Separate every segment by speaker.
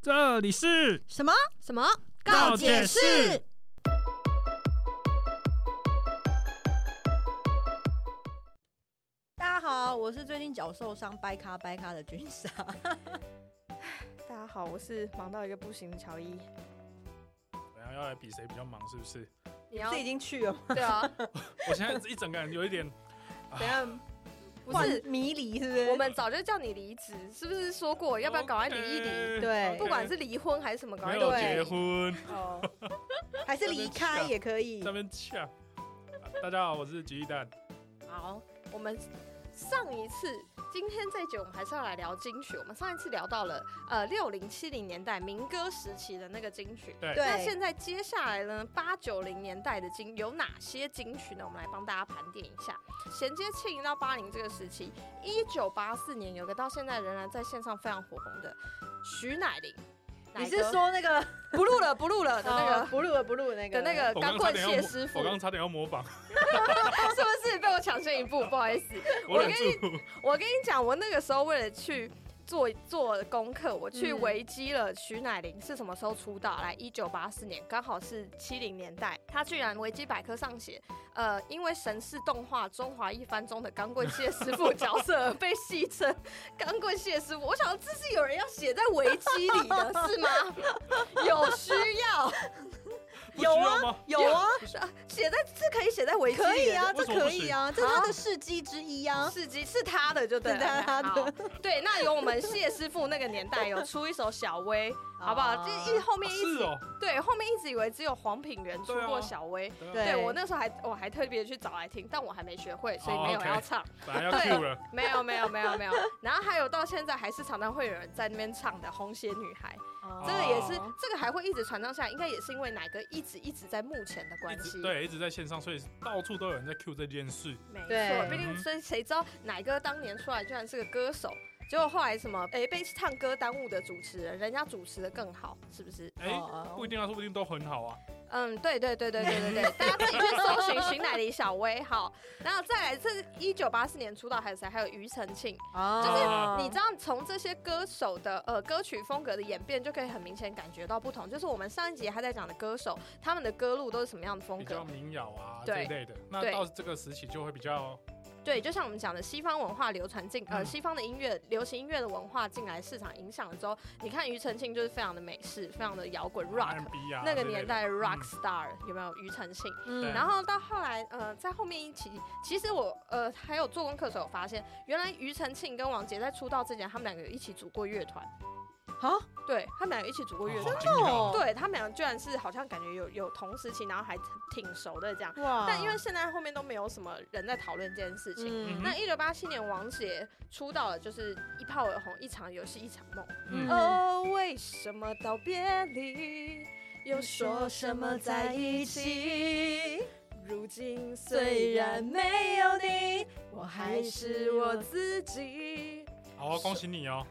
Speaker 1: 这里是
Speaker 2: 什么？
Speaker 3: 什么？
Speaker 1: 告解室
Speaker 2: 大家好，我是最近脚受伤掰咖掰咖的啊君莎。
Speaker 3: 大家好，我是忙到一个不行的乔伊。
Speaker 1: 然后要来比谁比较忙，是不是？
Speaker 3: 你 要
Speaker 2: 这已经去了吗？
Speaker 3: 对啊？
Speaker 1: 我现在一整个人有一点，
Speaker 3: 等一下 不
Speaker 2: 换
Speaker 3: 是，
Speaker 2: 迷离是不是？
Speaker 3: 我们早就叫你离职，是不是说过？ 要不要赶快离一离？
Speaker 1: OK，
Speaker 2: 对
Speaker 1: OK
Speaker 3: 不管是离婚还是什么，赶
Speaker 1: 没
Speaker 3: 快
Speaker 1: 有
Speaker 3: 离
Speaker 1: 结婚，
Speaker 3: 哦，
Speaker 2: 还是离开也可以
Speaker 1: 在那。边呛。啊大家好，我是吉利蛋。
Speaker 3: 好，我们上一次，今天这一集我们还是要来聊金曲。我们上一次聊到了呃六零七零年代民歌时期的那个金曲。
Speaker 1: 对
Speaker 2: 对
Speaker 3: 那现在接下来呢，八九零年代的金有哪些金曲呢？我们来帮大家盘点一下。衔接七零到八零这个时期，一九八四年有个到现在仍然在线上非常火红的徐乃麟。
Speaker 2: 你
Speaker 3: 乃
Speaker 2: 是
Speaker 3: 哥
Speaker 2: 说那个
Speaker 3: 不录了不录了的那
Speaker 2: 那个
Speaker 3: 个
Speaker 2: 不录了不录了那个
Speaker 3: 的那个
Speaker 1: 哦我刚
Speaker 3: 呃钢
Speaker 1: 差
Speaker 3: 棍
Speaker 1: 点
Speaker 3: 谢
Speaker 1: 要模
Speaker 3: 师傅
Speaker 1: 我，刚差点要模 仿，
Speaker 3: 是不是被我抢先一步？不好意思，
Speaker 1: 我
Speaker 3: 我
Speaker 1: 忍
Speaker 3: 跟
Speaker 1: 住。
Speaker 3: 我跟你讲，我那个时候为了去做做功课，我去
Speaker 2: 嗯
Speaker 3: 维基了徐乃麟是什么时候出道，来一九八四年，刚好是七零年代。他居然维基百科上写，呃，因为神似动画《中华一番》中的钢棍谢师傅角色而被戏称“钢棍谢师傅”。我想这是有人要写在维基里的是 吗？有需要
Speaker 1: 不需要吗？
Speaker 2: 有 啊，
Speaker 3: 写在是可以写在维基
Speaker 2: 可
Speaker 3: 里
Speaker 2: 以
Speaker 3: 的
Speaker 2: 啊，
Speaker 1: 为
Speaker 2: 这
Speaker 1: 什么不
Speaker 2: 可
Speaker 1: 行
Speaker 2: 以啊，这是他的事迹之一啊。
Speaker 3: 是机是他的就对了，
Speaker 2: 是他的
Speaker 3: 好 对，那有我们谢师傅那个年代有出一首小薇，好不 好？
Speaker 2: 哦
Speaker 3: 这一后面一
Speaker 1: 是
Speaker 3: 直、
Speaker 1: 哦，
Speaker 3: 对后面一直以为只有黄品源出
Speaker 1: 对啊
Speaker 3: 过小薇，
Speaker 1: 对啊，
Speaker 2: 对
Speaker 3: 对我那时候还我还特别去找来听，但我还没学会，所以没有
Speaker 1: 哦，OK
Speaker 3: 要唱，
Speaker 1: 本来要
Speaker 3: 对
Speaker 1: Q 了，
Speaker 3: 没有没有没有没有。然后还有到现在还是常常会有人在那边唱的《红鞋女孩》，
Speaker 2: 哦
Speaker 3: 这个也是这个还会一直传唱下来，应该也是因为哪个一直一直在幕前的
Speaker 1: 一
Speaker 3: 关系
Speaker 1: 直。对一直在线上，所以到处都有人在 Q 这件事。
Speaker 3: 没
Speaker 2: 对
Speaker 3: 错，毕竟所以谁知道奶哥当年出来居然是个歌手，结果后来什么诶被唱歌耽误的主持人，人家主持的更好，是不是？
Speaker 1: 哎，
Speaker 2: 哦
Speaker 1: 不一定啊，说不定都很好啊。
Speaker 3: 嗯，对对对对对对对，大家自己去搜寻徐乃麟、小薇好，然后再来是一九八四年出道还有谁？还有庾澄庆，
Speaker 2: 哦
Speaker 3: 你知道从这些歌手的呃歌曲风格的演变，就可以很明显感觉到不同。就是我们上一集还在讲的歌手，他们的歌路都是什么样的风
Speaker 1: 比
Speaker 3: 格
Speaker 1: 较？民谣啊这
Speaker 3: 对
Speaker 1: 一类的。那
Speaker 3: 对
Speaker 1: 到这个时期就会比较
Speaker 3: 对，就像我们讲的，西方文化流传进呃
Speaker 1: 嗯
Speaker 3: 西方的音乐、流行音乐的文化进来市场影响了之后，你看庾澄庆就是非常的美式，非常的摇滚 rock。
Speaker 1: R&B 啊，这
Speaker 3: 那个
Speaker 1: 类的
Speaker 3: 年代的 rock
Speaker 1: 嗯
Speaker 3: star、有没有庾澄庆？
Speaker 2: 嗯
Speaker 3: 然后到后来，呃，在后面一期，其实我呃还有做功课的时候有发现，原来庾澄庆跟王杰在出道之前，他们两个有一起组过乐团，
Speaker 2: 好
Speaker 3: 对他们两个一起组过乐团，
Speaker 1: 好精妙
Speaker 2: 哦
Speaker 3: 对他们两个居然是好像感觉有有同时期，然后还挺熟的这样。
Speaker 2: 哇
Speaker 3: 但因
Speaker 1: 啊
Speaker 3: 为现在后面都没有什么人在讨论这件事情，
Speaker 1: 嗯
Speaker 3: 那一九八七年，王杰出道了，就是一炮而红，一场游戏一场梦。
Speaker 1: 嗯
Speaker 2: 呃
Speaker 3: 哦，为什么道别离，又说什么在一起？如今虽然没有你，我还是我自己。
Speaker 1: 好，恭喜你哦！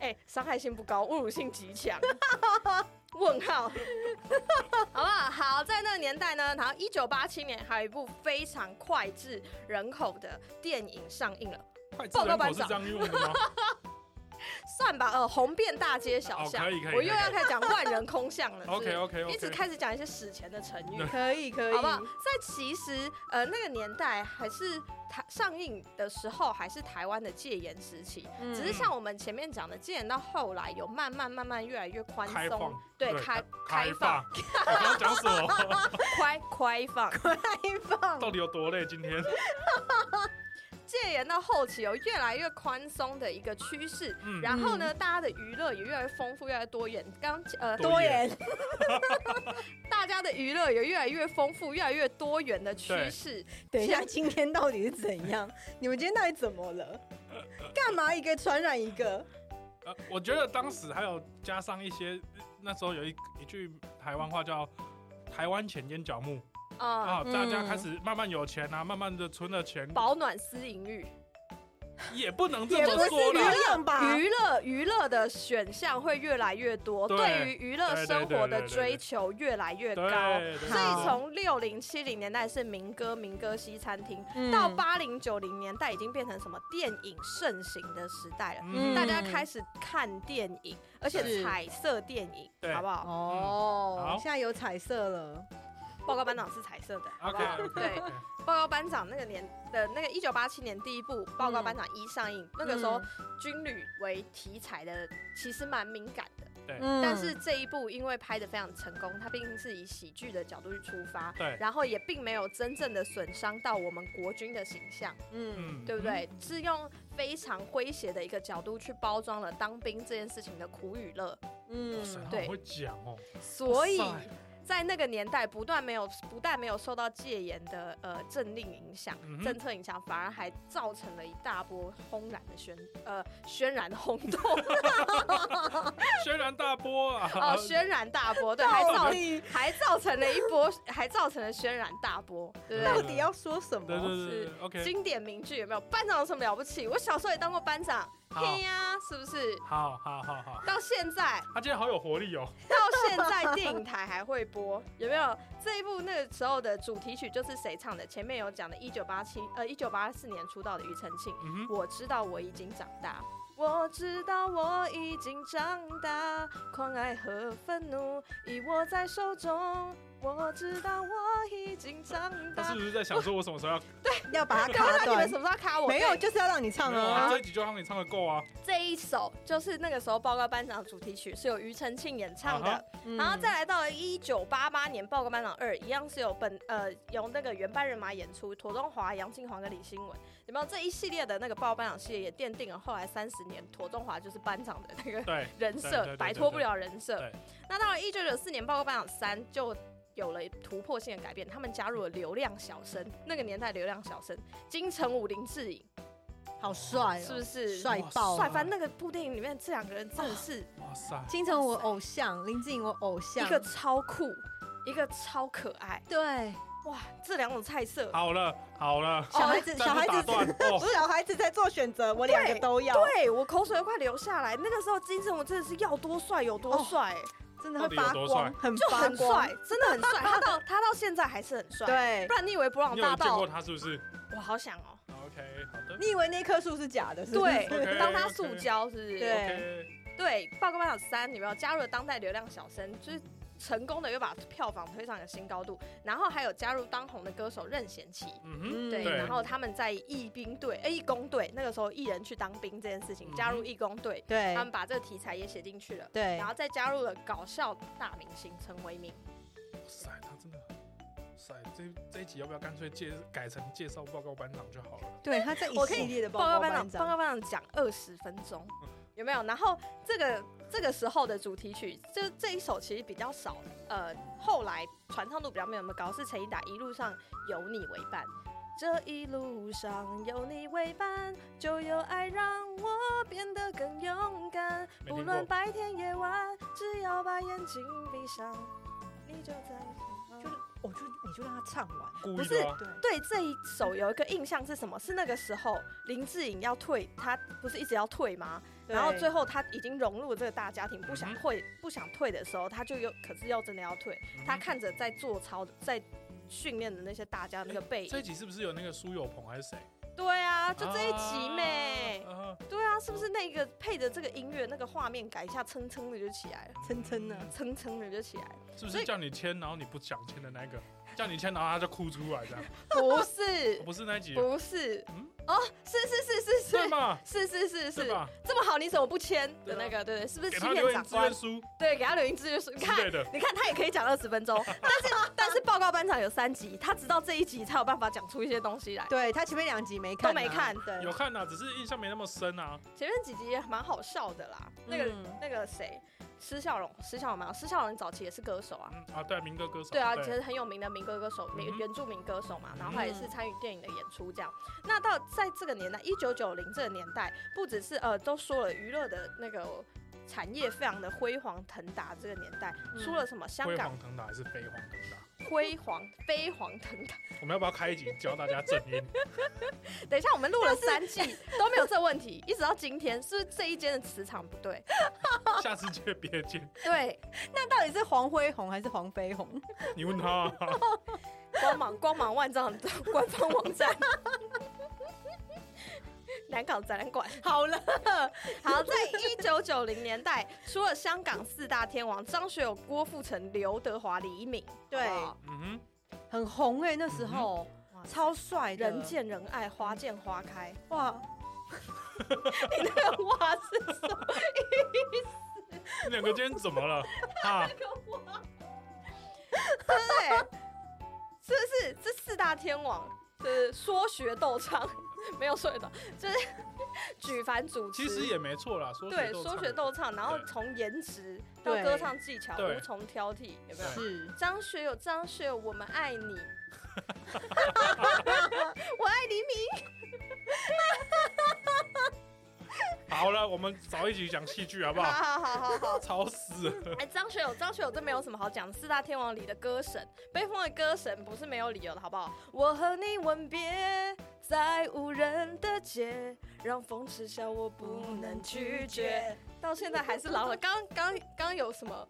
Speaker 3: 哎、伤害性不高，侮辱性极强。 问号，好 不好？好，在那个年代呢，然后一九八七年还有一部非常脍炙人口的电影上映了。
Speaker 1: 快炙人口是这样用 的吗？哦
Speaker 3: 算吧，呃，红遍大街小巷，
Speaker 1: 哦可以可以
Speaker 3: 我又要开始讲万人空巷了是不是
Speaker 1: OK OK
Speaker 3: 一直
Speaker 1: OK，
Speaker 3: 开始讲一些史前的成 语，
Speaker 2: 可以可以，
Speaker 3: 好不好？在其实呃那个年代还是台上映的时候，还是台湾的戒严时期，
Speaker 2: 嗯
Speaker 3: 只是像我们前面讲的，戒严到后来有慢慢慢慢越来越宽
Speaker 1: 开
Speaker 3: 松
Speaker 1: 放，，
Speaker 3: 对开
Speaker 1: 开
Speaker 3: 开
Speaker 1: 放。 我刚刚讲什么？
Speaker 3: 快快放。
Speaker 2: 快放
Speaker 1: 到底有多累？今天，
Speaker 3: 戒严到后期有越来越宽松的一个趋势。
Speaker 1: 嗯，
Speaker 3: 然后呢，大家的娱乐也越来越丰富，越来越多元。刚呃，
Speaker 1: 多元，
Speaker 3: 大家的娱乐也越来越丰富，越来越多元的趋势。
Speaker 2: 等一下，今天到底是怎样？ 你们今天到底怎么 了？干嘛一个传染一个？
Speaker 1: 呃，我觉得当时还有加上一些，那时候有一一句台湾话叫“台湾钱淹脚木”
Speaker 3: 啊、嗯
Speaker 1: 啊，大家开始慢慢有钱啊，慢慢的存了钱，
Speaker 3: 保暖私淫欲，
Speaker 1: 也不能这
Speaker 2: 也不
Speaker 1: 么
Speaker 2: 是
Speaker 1: 说
Speaker 2: 娱
Speaker 1: 啦。
Speaker 2: 乐吧？
Speaker 3: 娱乐娱乐的选项会越来越多，
Speaker 1: 啊对
Speaker 3: 对于娱乐生
Speaker 1: 对对对
Speaker 3: 活的
Speaker 1: 对对
Speaker 3: 追求越来越
Speaker 1: 对
Speaker 3: 高。
Speaker 1: 对
Speaker 3: 所以
Speaker 2: 好
Speaker 3: 从六零七零年代是民歌民歌西餐厅，
Speaker 2: 嗯
Speaker 3: 到八零九零年代已经变成什么电影盛行的时代了。
Speaker 1: 嗯
Speaker 3: 大家开始看电影，而且
Speaker 2: 是
Speaker 3: 彩色电影，
Speaker 1: 对
Speaker 3: 好不好？
Speaker 1: 好
Speaker 2: 哦，现在有彩色了，
Speaker 3: 报告班长是彩色的，好不好
Speaker 1: OK，OK，OK
Speaker 3: 对，报告班长那个年的那个一九八七年第一部《报告班长一》上
Speaker 1: 嗯
Speaker 3: 映，那个时候军旅为题材的其实蛮敏感的，
Speaker 2: 嗯，
Speaker 3: 但是这一部因为拍的非常成功，它毕竟是以喜剧的角度去出发，
Speaker 1: 对，
Speaker 3: 然后也并没有真正的损伤到我们国军的形象，
Speaker 2: 嗯，
Speaker 1: 嗯，
Speaker 3: 对不对？是用非常诙谐的一个角度去包装了当兵这件事情的苦与乐，
Speaker 1: 嗯？
Speaker 2: 嗯
Speaker 1: 哇塞，他
Speaker 3: 对
Speaker 1: 好会讲哦，
Speaker 3: 所以
Speaker 1: 哇塞
Speaker 3: 在那个年代，不断没有不但没有受到戒严的呃政令影响、
Speaker 1: 嗯哼
Speaker 3: 政策影响，反而还造成了一大波轰然的宣呃轩然轰 动
Speaker 1: 轩然大波啊，
Speaker 3: 哦，轩然大波，对，还
Speaker 2: 到
Speaker 3: 造
Speaker 2: 底
Speaker 3: 还造成了一波，还造成了轩然大波，对不
Speaker 1: 对
Speaker 3: 对？
Speaker 2: 到底要说什
Speaker 1: 对
Speaker 2: 么？
Speaker 1: 对对
Speaker 3: 是
Speaker 1: 对，OK，
Speaker 3: 经典名句有没有？班长有什么了不起？我小时候也当过班长，
Speaker 1: 好
Speaker 3: 嘿呀，是不是？
Speaker 1: 好好好好，
Speaker 3: 到现在，
Speaker 1: 他今天好有活力哦，
Speaker 3: 到现在电影台还会播，有没有？这一部那个时候的主题曲就是谁唱的？前面有讲的，一九八七呃一九八四年出道的庾澄庆，
Speaker 1: 嗯哼，
Speaker 3: 我知道我已经长大。我知道我已经长大，狂爱和愤怒已握在手中。我知道我已经长
Speaker 1: 他
Speaker 3: 大
Speaker 1: 是。不是在想说我什么时候要？
Speaker 2: 要把它
Speaker 3: 搞不
Speaker 2: 卡
Speaker 3: 好你们
Speaker 2: 断
Speaker 3: 什？么时候卡我？
Speaker 2: 没有，就是要让你唱
Speaker 1: 没有啊，
Speaker 2: 啊
Speaker 1: 这！一集就让你唱的够啊，
Speaker 3: 这一首就是那个时候《报告班长》主题曲是由庾澄庆演
Speaker 1: 啊
Speaker 3: 唱
Speaker 1: 哈
Speaker 3: 的，
Speaker 2: 嗯
Speaker 3: 然后再来到一九八八年《报告班长二》，一样是由本呃由那个原班人马演出，妥中华、杨庆煌跟李新文，有没有这一系列的那个《报告班长》系列也奠定了后来三十年妥中华就是班长的那个
Speaker 1: 对，
Speaker 3: 人
Speaker 1: 对对对
Speaker 3: 设，
Speaker 1: 对
Speaker 3: 摆脱不了人设
Speaker 1: 对。
Speaker 3: 那到了一九九四年，《报告班长三》就。有了突破性的改变，他们加入了流量小生，
Speaker 1: 嗯
Speaker 3: 那个年代流量小生金城武、林志颖，
Speaker 2: 好帅哦，
Speaker 3: 是不是
Speaker 2: 帅爆
Speaker 3: 帅
Speaker 2: 了？
Speaker 3: 翻那个部电影里面这两个人真的是
Speaker 1: 哇塞，
Speaker 2: 金城我偶像，林志颖我偶
Speaker 3: 一
Speaker 2: 像，
Speaker 3: 个超酷，一个超可爱，
Speaker 2: 对
Speaker 3: 哇，这两种菜色，
Speaker 1: 好了好了，
Speaker 2: 小孩子，
Speaker 1: 再
Speaker 2: 小
Speaker 1: 不
Speaker 2: 孩
Speaker 1: 打
Speaker 2: 子
Speaker 1: 断 哦，
Speaker 2: 小孩子在做选择，我两个都要，
Speaker 3: 对我口水都快流下来。那个时候金城武真的是要多帅有
Speaker 1: 哦
Speaker 3: 多帅，
Speaker 2: 真的会
Speaker 1: 到
Speaker 2: 发
Speaker 1: 底有多
Speaker 2: 光，
Speaker 1: 帅
Speaker 2: 很
Speaker 3: 就
Speaker 2: 发
Speaker 3: 很
Speaker 2: 光，
Speaker 3: 帅，真的很帅。他到他到现在还是很帅，，
Speaker 2: 对
Speaker 3: 不。然你以为博朗
Speaker 1: 哦你有
Speaker 3: 大
Speaker 1: 见
Speaker 3: 道
Speaker 1: 过？他是不是
Speaker 3: 我好想哦，
Speaker 1: ？OK，好的
Speaker 2: 你以为那棵树是假 的？是不是
Speaker 3: 对
Speaker 1: OK，，
Speaker 3: 当他
Speaker 1: OK
Speaker 3: 塑胶是不是？
Speaker 2: 对
Speaker 1: ，OK，
Speaker 3: 对，《报告班长三》里面有加入了当代流量小生，就是成功的又把票房推上了新高度，然后还有加入当红的歌手任贤齐。
Speaker 1: 嗯哼，
Speaker 2: 嗯
Speaker 3: 对，
Speaker 1: 对
Speaker 3: 然后他们在义兵队、哎，义工队，那个时候艺人去当兵这件事情，加入义工队，
Speaker 2: 嗯对
Speaker 3: 他们把这个题材也写进去了，
Speaker 2: 对
Speaker 3: 然后再加入了搞笑大明星陈为民，
Speaker 1: 哇塞，他真的。哇塞，这这一集要不要干脆介改成介绍报告班长就好了？
Speaker 2: 对，他在一
Speaker 3: 我可以
Speaker 2: 系列的报
Speaker 3: 报告
Speaker 2: 告
Speaker 3: 班
Speaker 2: 班
Speaker 3: 长，报告班长讲二十分钟，
Speaker 1: 嗯
Speaker 3: 有没有？然后这个这个时候的主题曲，就这一首其实比较少，呃，后来传唱度比较没有那么高，是陈一达一路上有你为伴。这一路上有你为伴，就有爱让我变得更勇敢。
Speaker 1: 没听过
Speaker 3: 不论白天夜晚，只要把眼睛闭上，你就在身旁
Speaker 2: 就。我就你就让他唱完，
Speaker 1: 故
Speaker 2: 不
Speaker 1: 意
Speaker 2: 是
Speaker 1: 的、啊，
Speaker 2: 对，
Speaker 3: 对这一首有一个印象是什么？是那个时候林志颖要退，他不是一直要退吗？然后最后他已经融入这个大家庭，不想
Speaker 1: 嗯哼
Speaker 3: 退、不想退的时候，他就又可是又真的要退。
Speaker 1: 嗯
Speaker 3: 他看着在做操、在训练的那些大家那个背
Speaker 1: 哎这一
Speaker 3: 影，
Speaker 1: 集是不是有那个苏有朋还是谁？
Speaker 3: 对啊，就这一集没，
Speaker 1: 啊啊
Speaker 3: 对啊，是不是那个配着这个音乐，那个画面改一下，蹭蹭的就起来了，
Speaker 2: 蹭蹭呢，
Speaker 3: 蹭蹭的就起来了，
Speaker 1: 是不
Speaker 3: 所
Speaker 1: 是
Speaker 3: 以
Speaker 1: 叫你签，然后你不想签的那个？叫你签，然后他就哭出来这样？
Speaker 3: 不 是
Speaker 1: 哦、，不是那一集，
Speaker 3: 不是
Speaker 1: 嗯，
Speaker 3: 哦，是是是是
Speaker 1: 对
Speaker 3: 是。
Speaker 1: 吧？
Speaker 3: 是是是
Speaker 1: 对
Speaker 3: 是，
Speaker 1: 吧？
Speaker 3: 这么好，你怎么不签
Speaker 1: 对
Speaker 3: 的
Speaker 1: 啊
Speaker 3: 那个？对对，是不是
Speaker 1: 给
Speaker 3: 欺
Speaker 1: 他
Speaker 3: 骗
Speaker 1: 留
Speaker 3: 长
Speaker 1: 言志
Speaker 3: 官
Speaker 1: 愿？书
Speaker 3: 对，给他留言资源书。你
Speaker 1: 之
Speaker 3: 看
Speaker 1: 类，的。
Speaker 3: 你看，他也可以讲二十分钟， 但是但是报告班长有三集，他直到这一集才有办法讲出一些东西来。
Speaker 2: 对他前面两集没看啊，
Speaker 3: 都没看
Speaker 2: 对，
Speaker 1: 有看呐、啊只是印象没那么深啊。
Speaker 3: 前面几集也蛮好笑的啦，那个、
Speaker 2: 嗯
Speaker 3: 那个谁，施孝荣，施孝荣嘛，施孝荣早期也是歌手啊。
Speaker 1: 嗯啊，对，民歌歌手。
Speaker 3: 对啊，其实很有名的民歌歌手，民
Speaker 1: 嗯
Speaker 3: 原住民歌手嘛，然
Speaker 1: 嗯
Speaker 3: 后他也是参与电影的演出这样。那到在这个年代，一九九零这个年代，不只是呃，都说了娱乐的那个产业非常的辉煌腾达，这个年代
Speaker 2: 嗯
Speaker 3: 出了什么香
Speaker 1: 辉
Speaker 3: 港
Speaker 1: 煌腾达还是飞黄腾达？
Speaker 3: 嗯辉煌、飞黄腾达。
Speaker 1: 我们要不要开一集教大家正 音？
Speaker 3: 等一下，我们录了三季都没有这问题，一直到今天，是不是这一间的磁场不对？
Speaker 1: 下次见，别见。
Speaker 3: 对，
Speaker 2: 那到底是黄辉红还是黄飞鸿？
Speaker 1: 你问他、 啊，
Speaker 3: 光芒光芒万丈的 官方网站， 南港展览馆。
Speaker 2: 好了，
Speaker 3: 好，在一九九零年代，除了香港四大天王张学友、郭富城、刘德华、李敏，
Speaker 2: 对
Speaker 3: 好不好
Speaker 1: 嗯
Speaker 2: 很红哎、那时候、
Speaker 3: 嗯
Speaker 2: 超帅的，
Speaker 3: 人见人爱，花见花开。
Speaker 2: 哇，
Speaker 3: 你那个哇是什么？
Speaker 1: 哼，你两个今天怎么了？啊，
Speaker 3: 对，是不是这四大天王？就是说学逗唱， 没有说学逗，就是举凡主持。
Speaker 1: 其实也没错啦，说学
Speaker 3: 对，
Speaker 1: 逗
Speaker 3: 说
Speaker 1: 唱
Speaker 3: 学逗唱，然后从颜值到
Speaker 2: 对
Speaker 3: 歌唱技巧
Speaker 1: 对
Speaker 3: 无从挑剔，有没有？
Speaker 2: 是
Speaker 3: 张学友，张学友，我们爱你， 我爱黎明。
Speaker 1: 好了，我们早一集讲戏剧好不好？
Speaker 3: 好好好好，
Speaker 1: 吵死了！
Speaker 3: 哎，张学友，张学友这没有什么好讲，四大天王里的歌神，被封为歌神不是没有理由的，好不好？我和你吻别在无人的街，让风痴笑我不能拒绝。。到现在还是老了，刚刚刚有什么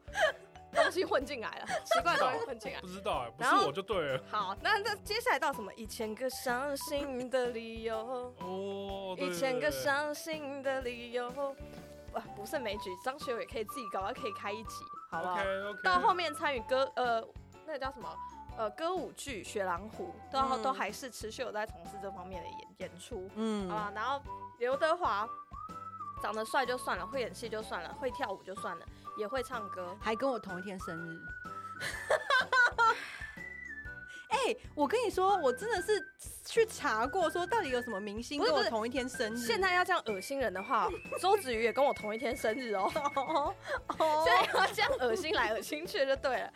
Speaker 3: 东西混进来了？奇怪的东西混进来。
Speaker 1: 不知道哎、不
Speaker 3: 然
Speaker 1: 是
Speaker 3: 后
Speaker 1: 我就对了。
Speaker 3: 好，那那接下来到什么？一千个伤心的理由，
Speaker 1: 哦，对
Speaker 3: 一千个。
Speaker 1: 对对
Speaker 3: 伤心的理由。哇，不胜枚举，张学友也可以自己搞，他可以开一集，好不好
Speaker 1: OK OK，
Speaker 2: 嗯
Speaker 3: 到后面参与歌呃，那个叫什么？呃，歌舞剧《雪狼湖》都、
Speaker 2: 嗯
Speaker 3: 都还是持续有在从事这方面的演演出，
Speaker 2: 嗯
Speaker 3: 好吧？然后刘德华长得帅就算了，会演戏就算了，会跳舞就算了，也会唱歌。
Speaker 2: 还跟我同一天生日。 哎、我跟你说，我真的是去查过，说到底有什么明星
Speaker 3: 不是
Speaker 2: 跟
Speaker 3: 不
Speaker 2: 我
Speaker 3: 是
Speaker 2: 同一天生日？
Speaker 3: 现在要这样恶心人的话，周子瑜也跟我同一天生日哦。
Speaker 2: 哦，哦
Speaker 3: 现在要这样恶心来恶心去就对了。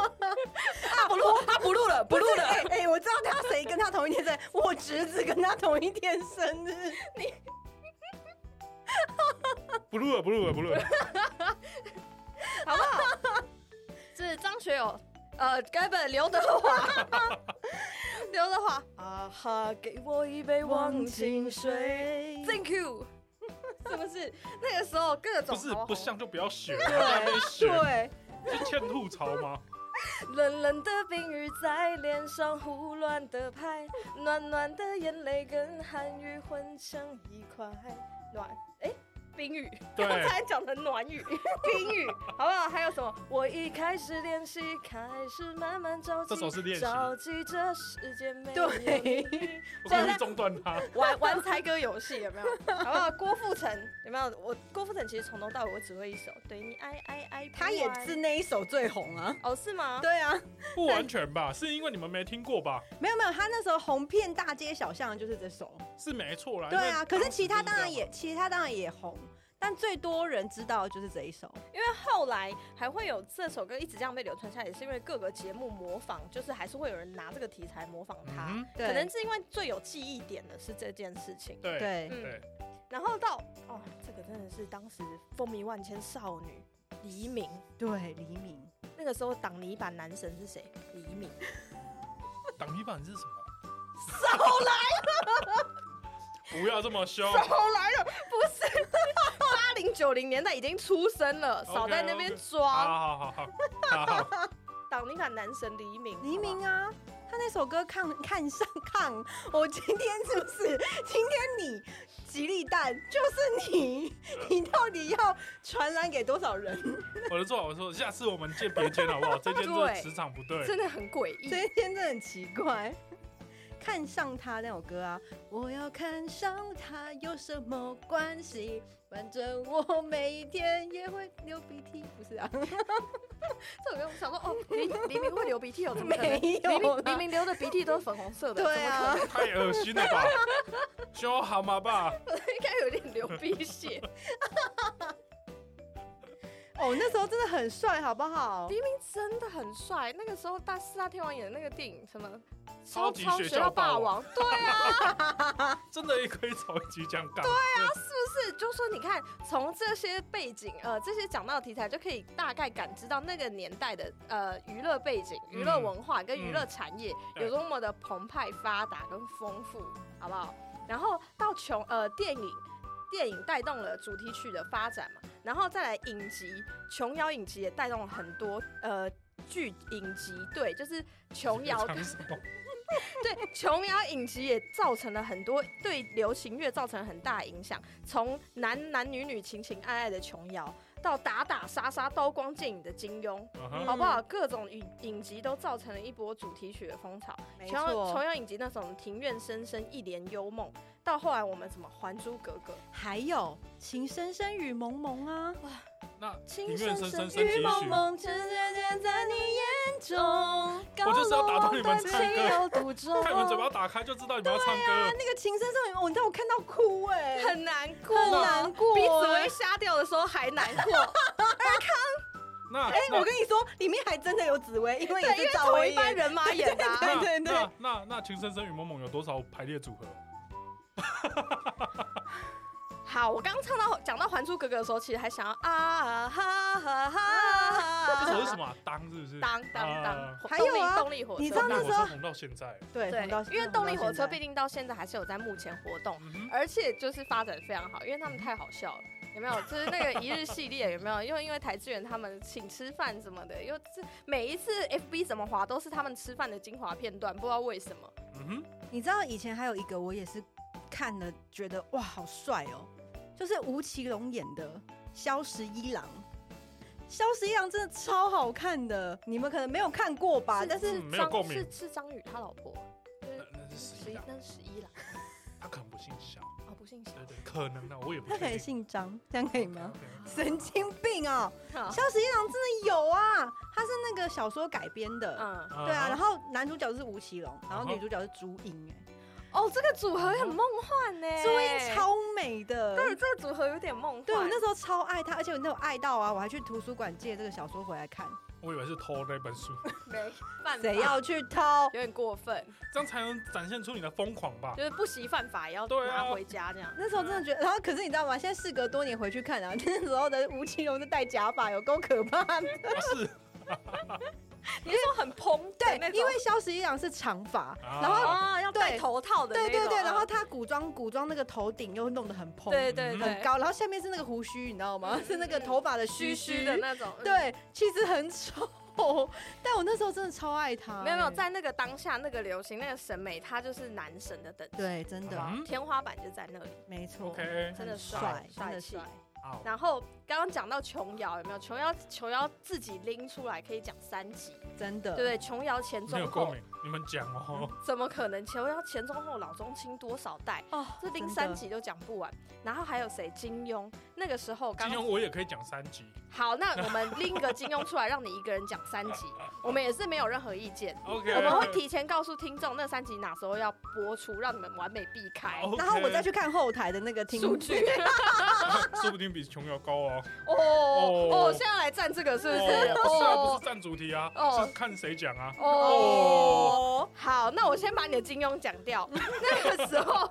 Speaker 2: 他不录，他不录了，不
Speaker 3: 录了
Speaker 2: 哎、哎我知道他谁跟他同一天 生日，我侄子跟他同一天生日。
Speaker 1: 不录了，不录了，不录了。
Speaker 3: 好不好？是张学友，呃，该不刘德华， 刘德华啊哈，给我一杯忘情水，Thank you，是 不是？那个时候各 种
Speaker 1: 不是
Speaker 3: 好好
Speaker 1: 不像就不要学，还在那边学，
Speaker 2: 对，
Speaker 1: 就欠吐槽吗？
Speaker 3: 冷冷的冰雨在脸上胡乱的拍，暖暖的眼泪跟寒雨混成一块，暖哎。冰雨，
Speaker 1: 对
Speaker 3: 刚才讲的暖雨， 冰雨，好不好？还有什么？我一开始练习，开始慢慢着急，
Speaker 1: 这首是练习
Speaker 3: 着急这世界没有
Speaker 2: 对
Speaker 3: 你。
Speaker 1: 我故意中断他。
Speaker 3: 玩玩猜歌游戏有没有？好不好？郭富城有没有？我郭富城其实从头到尾我只会一首，对你爱爱爱不完，
Speaker 2: 他也是那一首最红啊。
Speaker 3: 哦，是吗？
Speaker 2: 对啊，
Speaker 1: 不完全吧，是因为你们没听过吧？
Speaker 2: 没有没有，他那时候红遍大街小巷的就是这首。
Speaker 1: 是没错啦。
Speaker 2: 对
Speaker 1: 因
Speaker 2: 啊，
Speaker 1: 为
Speaker 2: 可是其他当然
Speaker 1: 当时就是这样
Speaker 2: 也，其他当然也红，但最多人知道的就是这一首。
Speaker 3: 因为后来还会有这首歌一直这样被流传下来，是因为各个节目模仿，就是还是会有人拿这个题材模仿
Speaker 1: 嘛。
Speaker 3: 它。
Speaker 1: 嗯，
Speaker 2: 对
Speaker 3: 可能是因为最有记忆点的是这件事情。
Speaker 1: 对对
Speaker 2: 对，
Speaker 1: 对，
Speaker 3: 然后到哦，这个真的是当时风靡万千少女黎明。
Speaker 2: 对，黎明，
Speaker 3: 那个时候挡泥板男神是谁？黎明。
Speaker 1: 挡泥板是什么？少 来了！不要这么凶。
Speaker 3: 后来了，不是八零九零年代已经出生了，少在那边
Speaker 1: OK，OK
Speaker 3: 装
Speaker 1: 好好好好好好，
Speaker 3: 挡泥板男神黎明。
Speaker 2: 黎
Speaker 3: 好不
Speaker 2: 明
Speaker 3: 好
Speaker 2: 啊，他那首歌看看上看，我今天是不是？ 今天你吉利蛋就是你， 你到底要传染给多少人？
Speaker 1: 我的错，我说下次我们见别间好不好？这间做
Speaker 3: 对
Speaker 1: 磁场不对。
Speaker 3: 真的很诡 异。
Speaker 2: 这一天真的很奇怪。 看上他那首歌啊，我要看上他有什么关系？反正我每一天也会流鼻涕，不是啊？
Speaker 3: 这首歌我想说，哦，黎黎 明会流鼻涕哦，怎么可能？
Speaker 2: 没有啦
Speaker 3: 黎明黎明流的鼻涕都是粉红色的，
Speaker 2: 对啊，
Speaker 1: 太恶心了吧！修好嘛吧，
Speaker 3: 怎么可能，应该有点流鼻 血。
Speaker 2: 哦，那时候真的很帅，好不好？
Speaker 3: 黎明真的很帅，那个时候大四大天王演的那个电影什么？
Speaker 1: 超级学校霸
Speaker 3: 霸王，对啊，
Speaker 1: 真的一可以找一集讲港。对啊，
Speaker 3: 是不是就说你看，从这些背景，呃，这些讲到的题材，就可以大概感知到那个年代的呃娱乐背景、娱乐文化跟娱乐产业、
Speaker 1: 嗯
Speaker 3: 有多么的澎湃、发达跟丰富，好不好？然后到琼呃电影。电影带动了主题曲的发展嘛，然后再来影集，琼瑶影集也带动了很多呃剧影集，对，就是琼瑶
Speaker 1: 唱什么
Speaker 3: 对，琼瑶影集也造成了很多对流行乐造成了很大的影响，从男男女女情情爱爱的琼瑶，到打打杀杀刀光剑影的金庸，
Speaker 1: 嗯哼
Speaker 3: 好不好？各种影影集都造成了一波主题曲的风潮。
Speaker 2: 没
Speaker 3: 琼瑶琼
Speaker 2: 错。
Speaker 3: 瑶影集那种庭院深深一帘幽梦，到后来我们什么《还珠格格》
Speaker 2: 还有《情深深雨蒙蒙》啊，
Speaker 1: 那
Speaker 3: 情
Speaker 1: 庭院
Speaker 3: 深
Speaker 1: 深
Speaker 3: 深
Speaker 1: 深深几许？
Speaker 2: 沉甸甸在你眼中，
Speaker 1: 我就是要打断你们唱歌
Speaker 2: 有独钟
Speaker 1: 看你们嘴巴打开就知道你们要唱歌了。
Speaker 2: 那个《情深深雨蒙蒙》，哦你知道我看到哭哎、
Speaker 3: 很难过，
Speaker 2: 很难过欸
Speaker 3: 比紫薇瞎掉的时候还难过。
Speaker 1: 那
Speaker 2: 哎、
Speaker 1: 那
Speaker 2: 我跟你说，里面还真的有紫薇，因为也
Speaker 3: 对，因为
Speaker 2: 是赵
Speaker 3: 同
Speaker 2: 薇
Speaker 3: 一班
Speaker 2: 演的。
Speaker 3: 人马演的啊、
Speaker 1: 那
Speaker 2: 对对对
Speaker 1: 那那那情深深雨蒙蒙有多少排列组合？
Speaker 3: 好，我刚刚唱到讲到《还珠格格》的时候，其实还想要啊哈哈哈，
Speaker 1: 这首是什么啊？当是不是？
Speaker 3: 当当当
Speaker 1: 啊，
Speaker 2: 还有
Speaker 3: 动力
Speaker 2: 啊
Speaker 3: 动力火车，
Speaker 2: 你知道
Speaker 1: 动
Speaker 2: 那
Speaker 1: 力
Speaker 2: 时
Speaker 1: 火
Speaker 2: 候
Speaker 1: 车红到现在。
Speaker 2: 对，
Speaker 3: 对
Speaker 2: 红到，现
Speaker 3: 因为动力火
Speaker 2: 红到现在
Speaker 3: 车毕竟到现在还是有在幕前活动，
Speaker 1: 嗯哼，
Speaker 3: 而且就是发展非常好，因为他们太好笑了。有没有？就是那个一日系列有没有？因为因为台志远他们请吃饭什么的，又是每一次 FB 怎么滑都是他们吃饭的精华片段，不知道为什么。
Speaker 1: 嗯哼，
Speaker 2: 你知道以前还有一个，我也是看了觉得哇，好帅哦，就是吴奇隆演的《萧十一郎》。萧十一郎真的超好看的，你们可能没有看过吧？啊但是
Speaker 1: 嗯没有
Speaker 3: 张
Speaker 1: 共鸣
Speaker 3: 是是张宇他老婆，就是
Speaker 1: 那那是十
Speaker 3: 十
Speaker 1: 一啊
Speaker 3: 一
Speaker 1: 郎，
Speaker 3: 那是十一郎
Speaker 1: 他可能不姓萧，
Speaker 3: 哦，不姓
Speaker 1: 对对，可能的，我也不
Speaker 2: 他
Speaker 1: 确定。
Speaker 2: 可以姓张，这样可以吗？
Speaker 1: OK，OK，OK？
Speaker 2: 神经病哦！
Speaker 1: 嗯
Speaker 3: 好
Speaker 2: 萧十一郎真的有啊，他是那个小说改编的，
Speaker 3: 嗯，
Speaker 2: 对啊。然
Speaker 1: 后
Speaker 2: 后男主角是吴奇隆，然后
Speaker 1: 嗯哼
Speaker 2: 女主角是朱茵，哎，
Speaker 3: 哦，这个组合很梦幻呢、
Speaker 2: 朱茵，超美的，
Speaker 3: 对，这个组合有点梦幻。
Speaker 2: 对我那时候超爱她，而且我那种爱到啊，我还去图书馆借这个小说回来看。
Speaker 1: 我以为是偷那本书，
Speaker 3: 没办法，
Speaker 2: 谁要去偷？
Speaker 3: 有点过分，
Speaker 1: 这样才能展现出你的疯狂吧
Speaker 3: 就？是不惜犯法也要
Speaker 1: 对啊
Speaker 3: 拿回家这样。
Speaker 2: 那时候真的觉得，然后可是你知道吗？现在事隔多年回去看啊， 那时候的吴奇隆是戴假发，有够可 怕的。
Speaker 1: 啊是
Speaker 3: 你是说很蓬
Speaker 2: 对
Speaker 3: 的那，种
Speaker 2: 因为萧十一郎是长发，
Speaker 1: 啊
Speaker 2: 然后
Speaker 3: 啊要戴头套的那
Speaker 2: 对对
Speaker 3: 种，
Speaker 2: 对，
Speaker 3: 啊
Speaker 2: 然后他古装古装那个头顶又弄得很蓬，
Speaker 3: 对对
Speaker 1: 嗯
Speaker 3: 对
Speaker 2: 很，高，然后下面是那个胡须，你知道吗？
Speaker 3: 嗯
Speaker 2: 是那个头发的须
Speaker 3: 虚虚的。那种。嗯。
Speaker 2: 对，其实很丑，但我那时候真的超爱他。
Speaker 3: 没有没有，
Speaker 2: 哎
Speaker 3: 在那个当下那个流行那个审美，他就是男神的等级，
Speaker 2: 对，真的
Speaker 1: 嗯
Speaker 3: 天花板就在那里。
Speaker 2: 没错，
Speaker 1: OK，
Speaker 3: 真的
Speaker 2: 很
Speaker 3: 帅
Speaker 2: 帅，真的
Speaker 3: 帅气
Speaker 2: 帅。
Speaker 1: 好，
Speaker 3: 然后刚刚讲到琼瑶有没有？琼瑶琼瑶自己拎出来可以讲三集，
Speaker 2: 真的，
Speaker 3: 对不对？琼瑶前
Speaker 1: 没
Speaker 3: 中
Speaker 1: 有
Speaker 3: 后
Speaker 1: 共鸣，你们讲哦。
Speaker 3: 怎么可能？前要前中后老中青多少代？
Speaker 2: 哦，
Speaker 3: 这零
Speaker 2: 真
Speaker 3: 三
Speaker 2: 的
Speaker 3: 集都讲不完。然后还有谁？金庸。那个时候
Speaker 1: 金
Speaker 3: 刚
Speaker 1: 庸我也可以讲三集，
Speaker 3: 好，那我们拎一个金庸出来，让你一个人讲三 集，我们也是没有任何意见。
Speaker 1: OK，
Speaker 3: 我们会提前告诉听众那三集哪时候要播出，让你们完美避开
Speaker 1: OK
Speaker 2: 然后我再去看后台的那个听
Speaker 3: 数据。
Speaker 1: 说不定比琼瑶高哦。
Speaker 3: 哦哦，现在来站这个是不
Speaker 1: 哦
Speaker 3: 是？
Speaker 1: 不是啊，不是占主题啊，
Speaker 3: 哦
Speaker 1: 是看谁讲啊。
Speaker 3: 哦，好，那我先把你的金庸讲掉。 那个时候，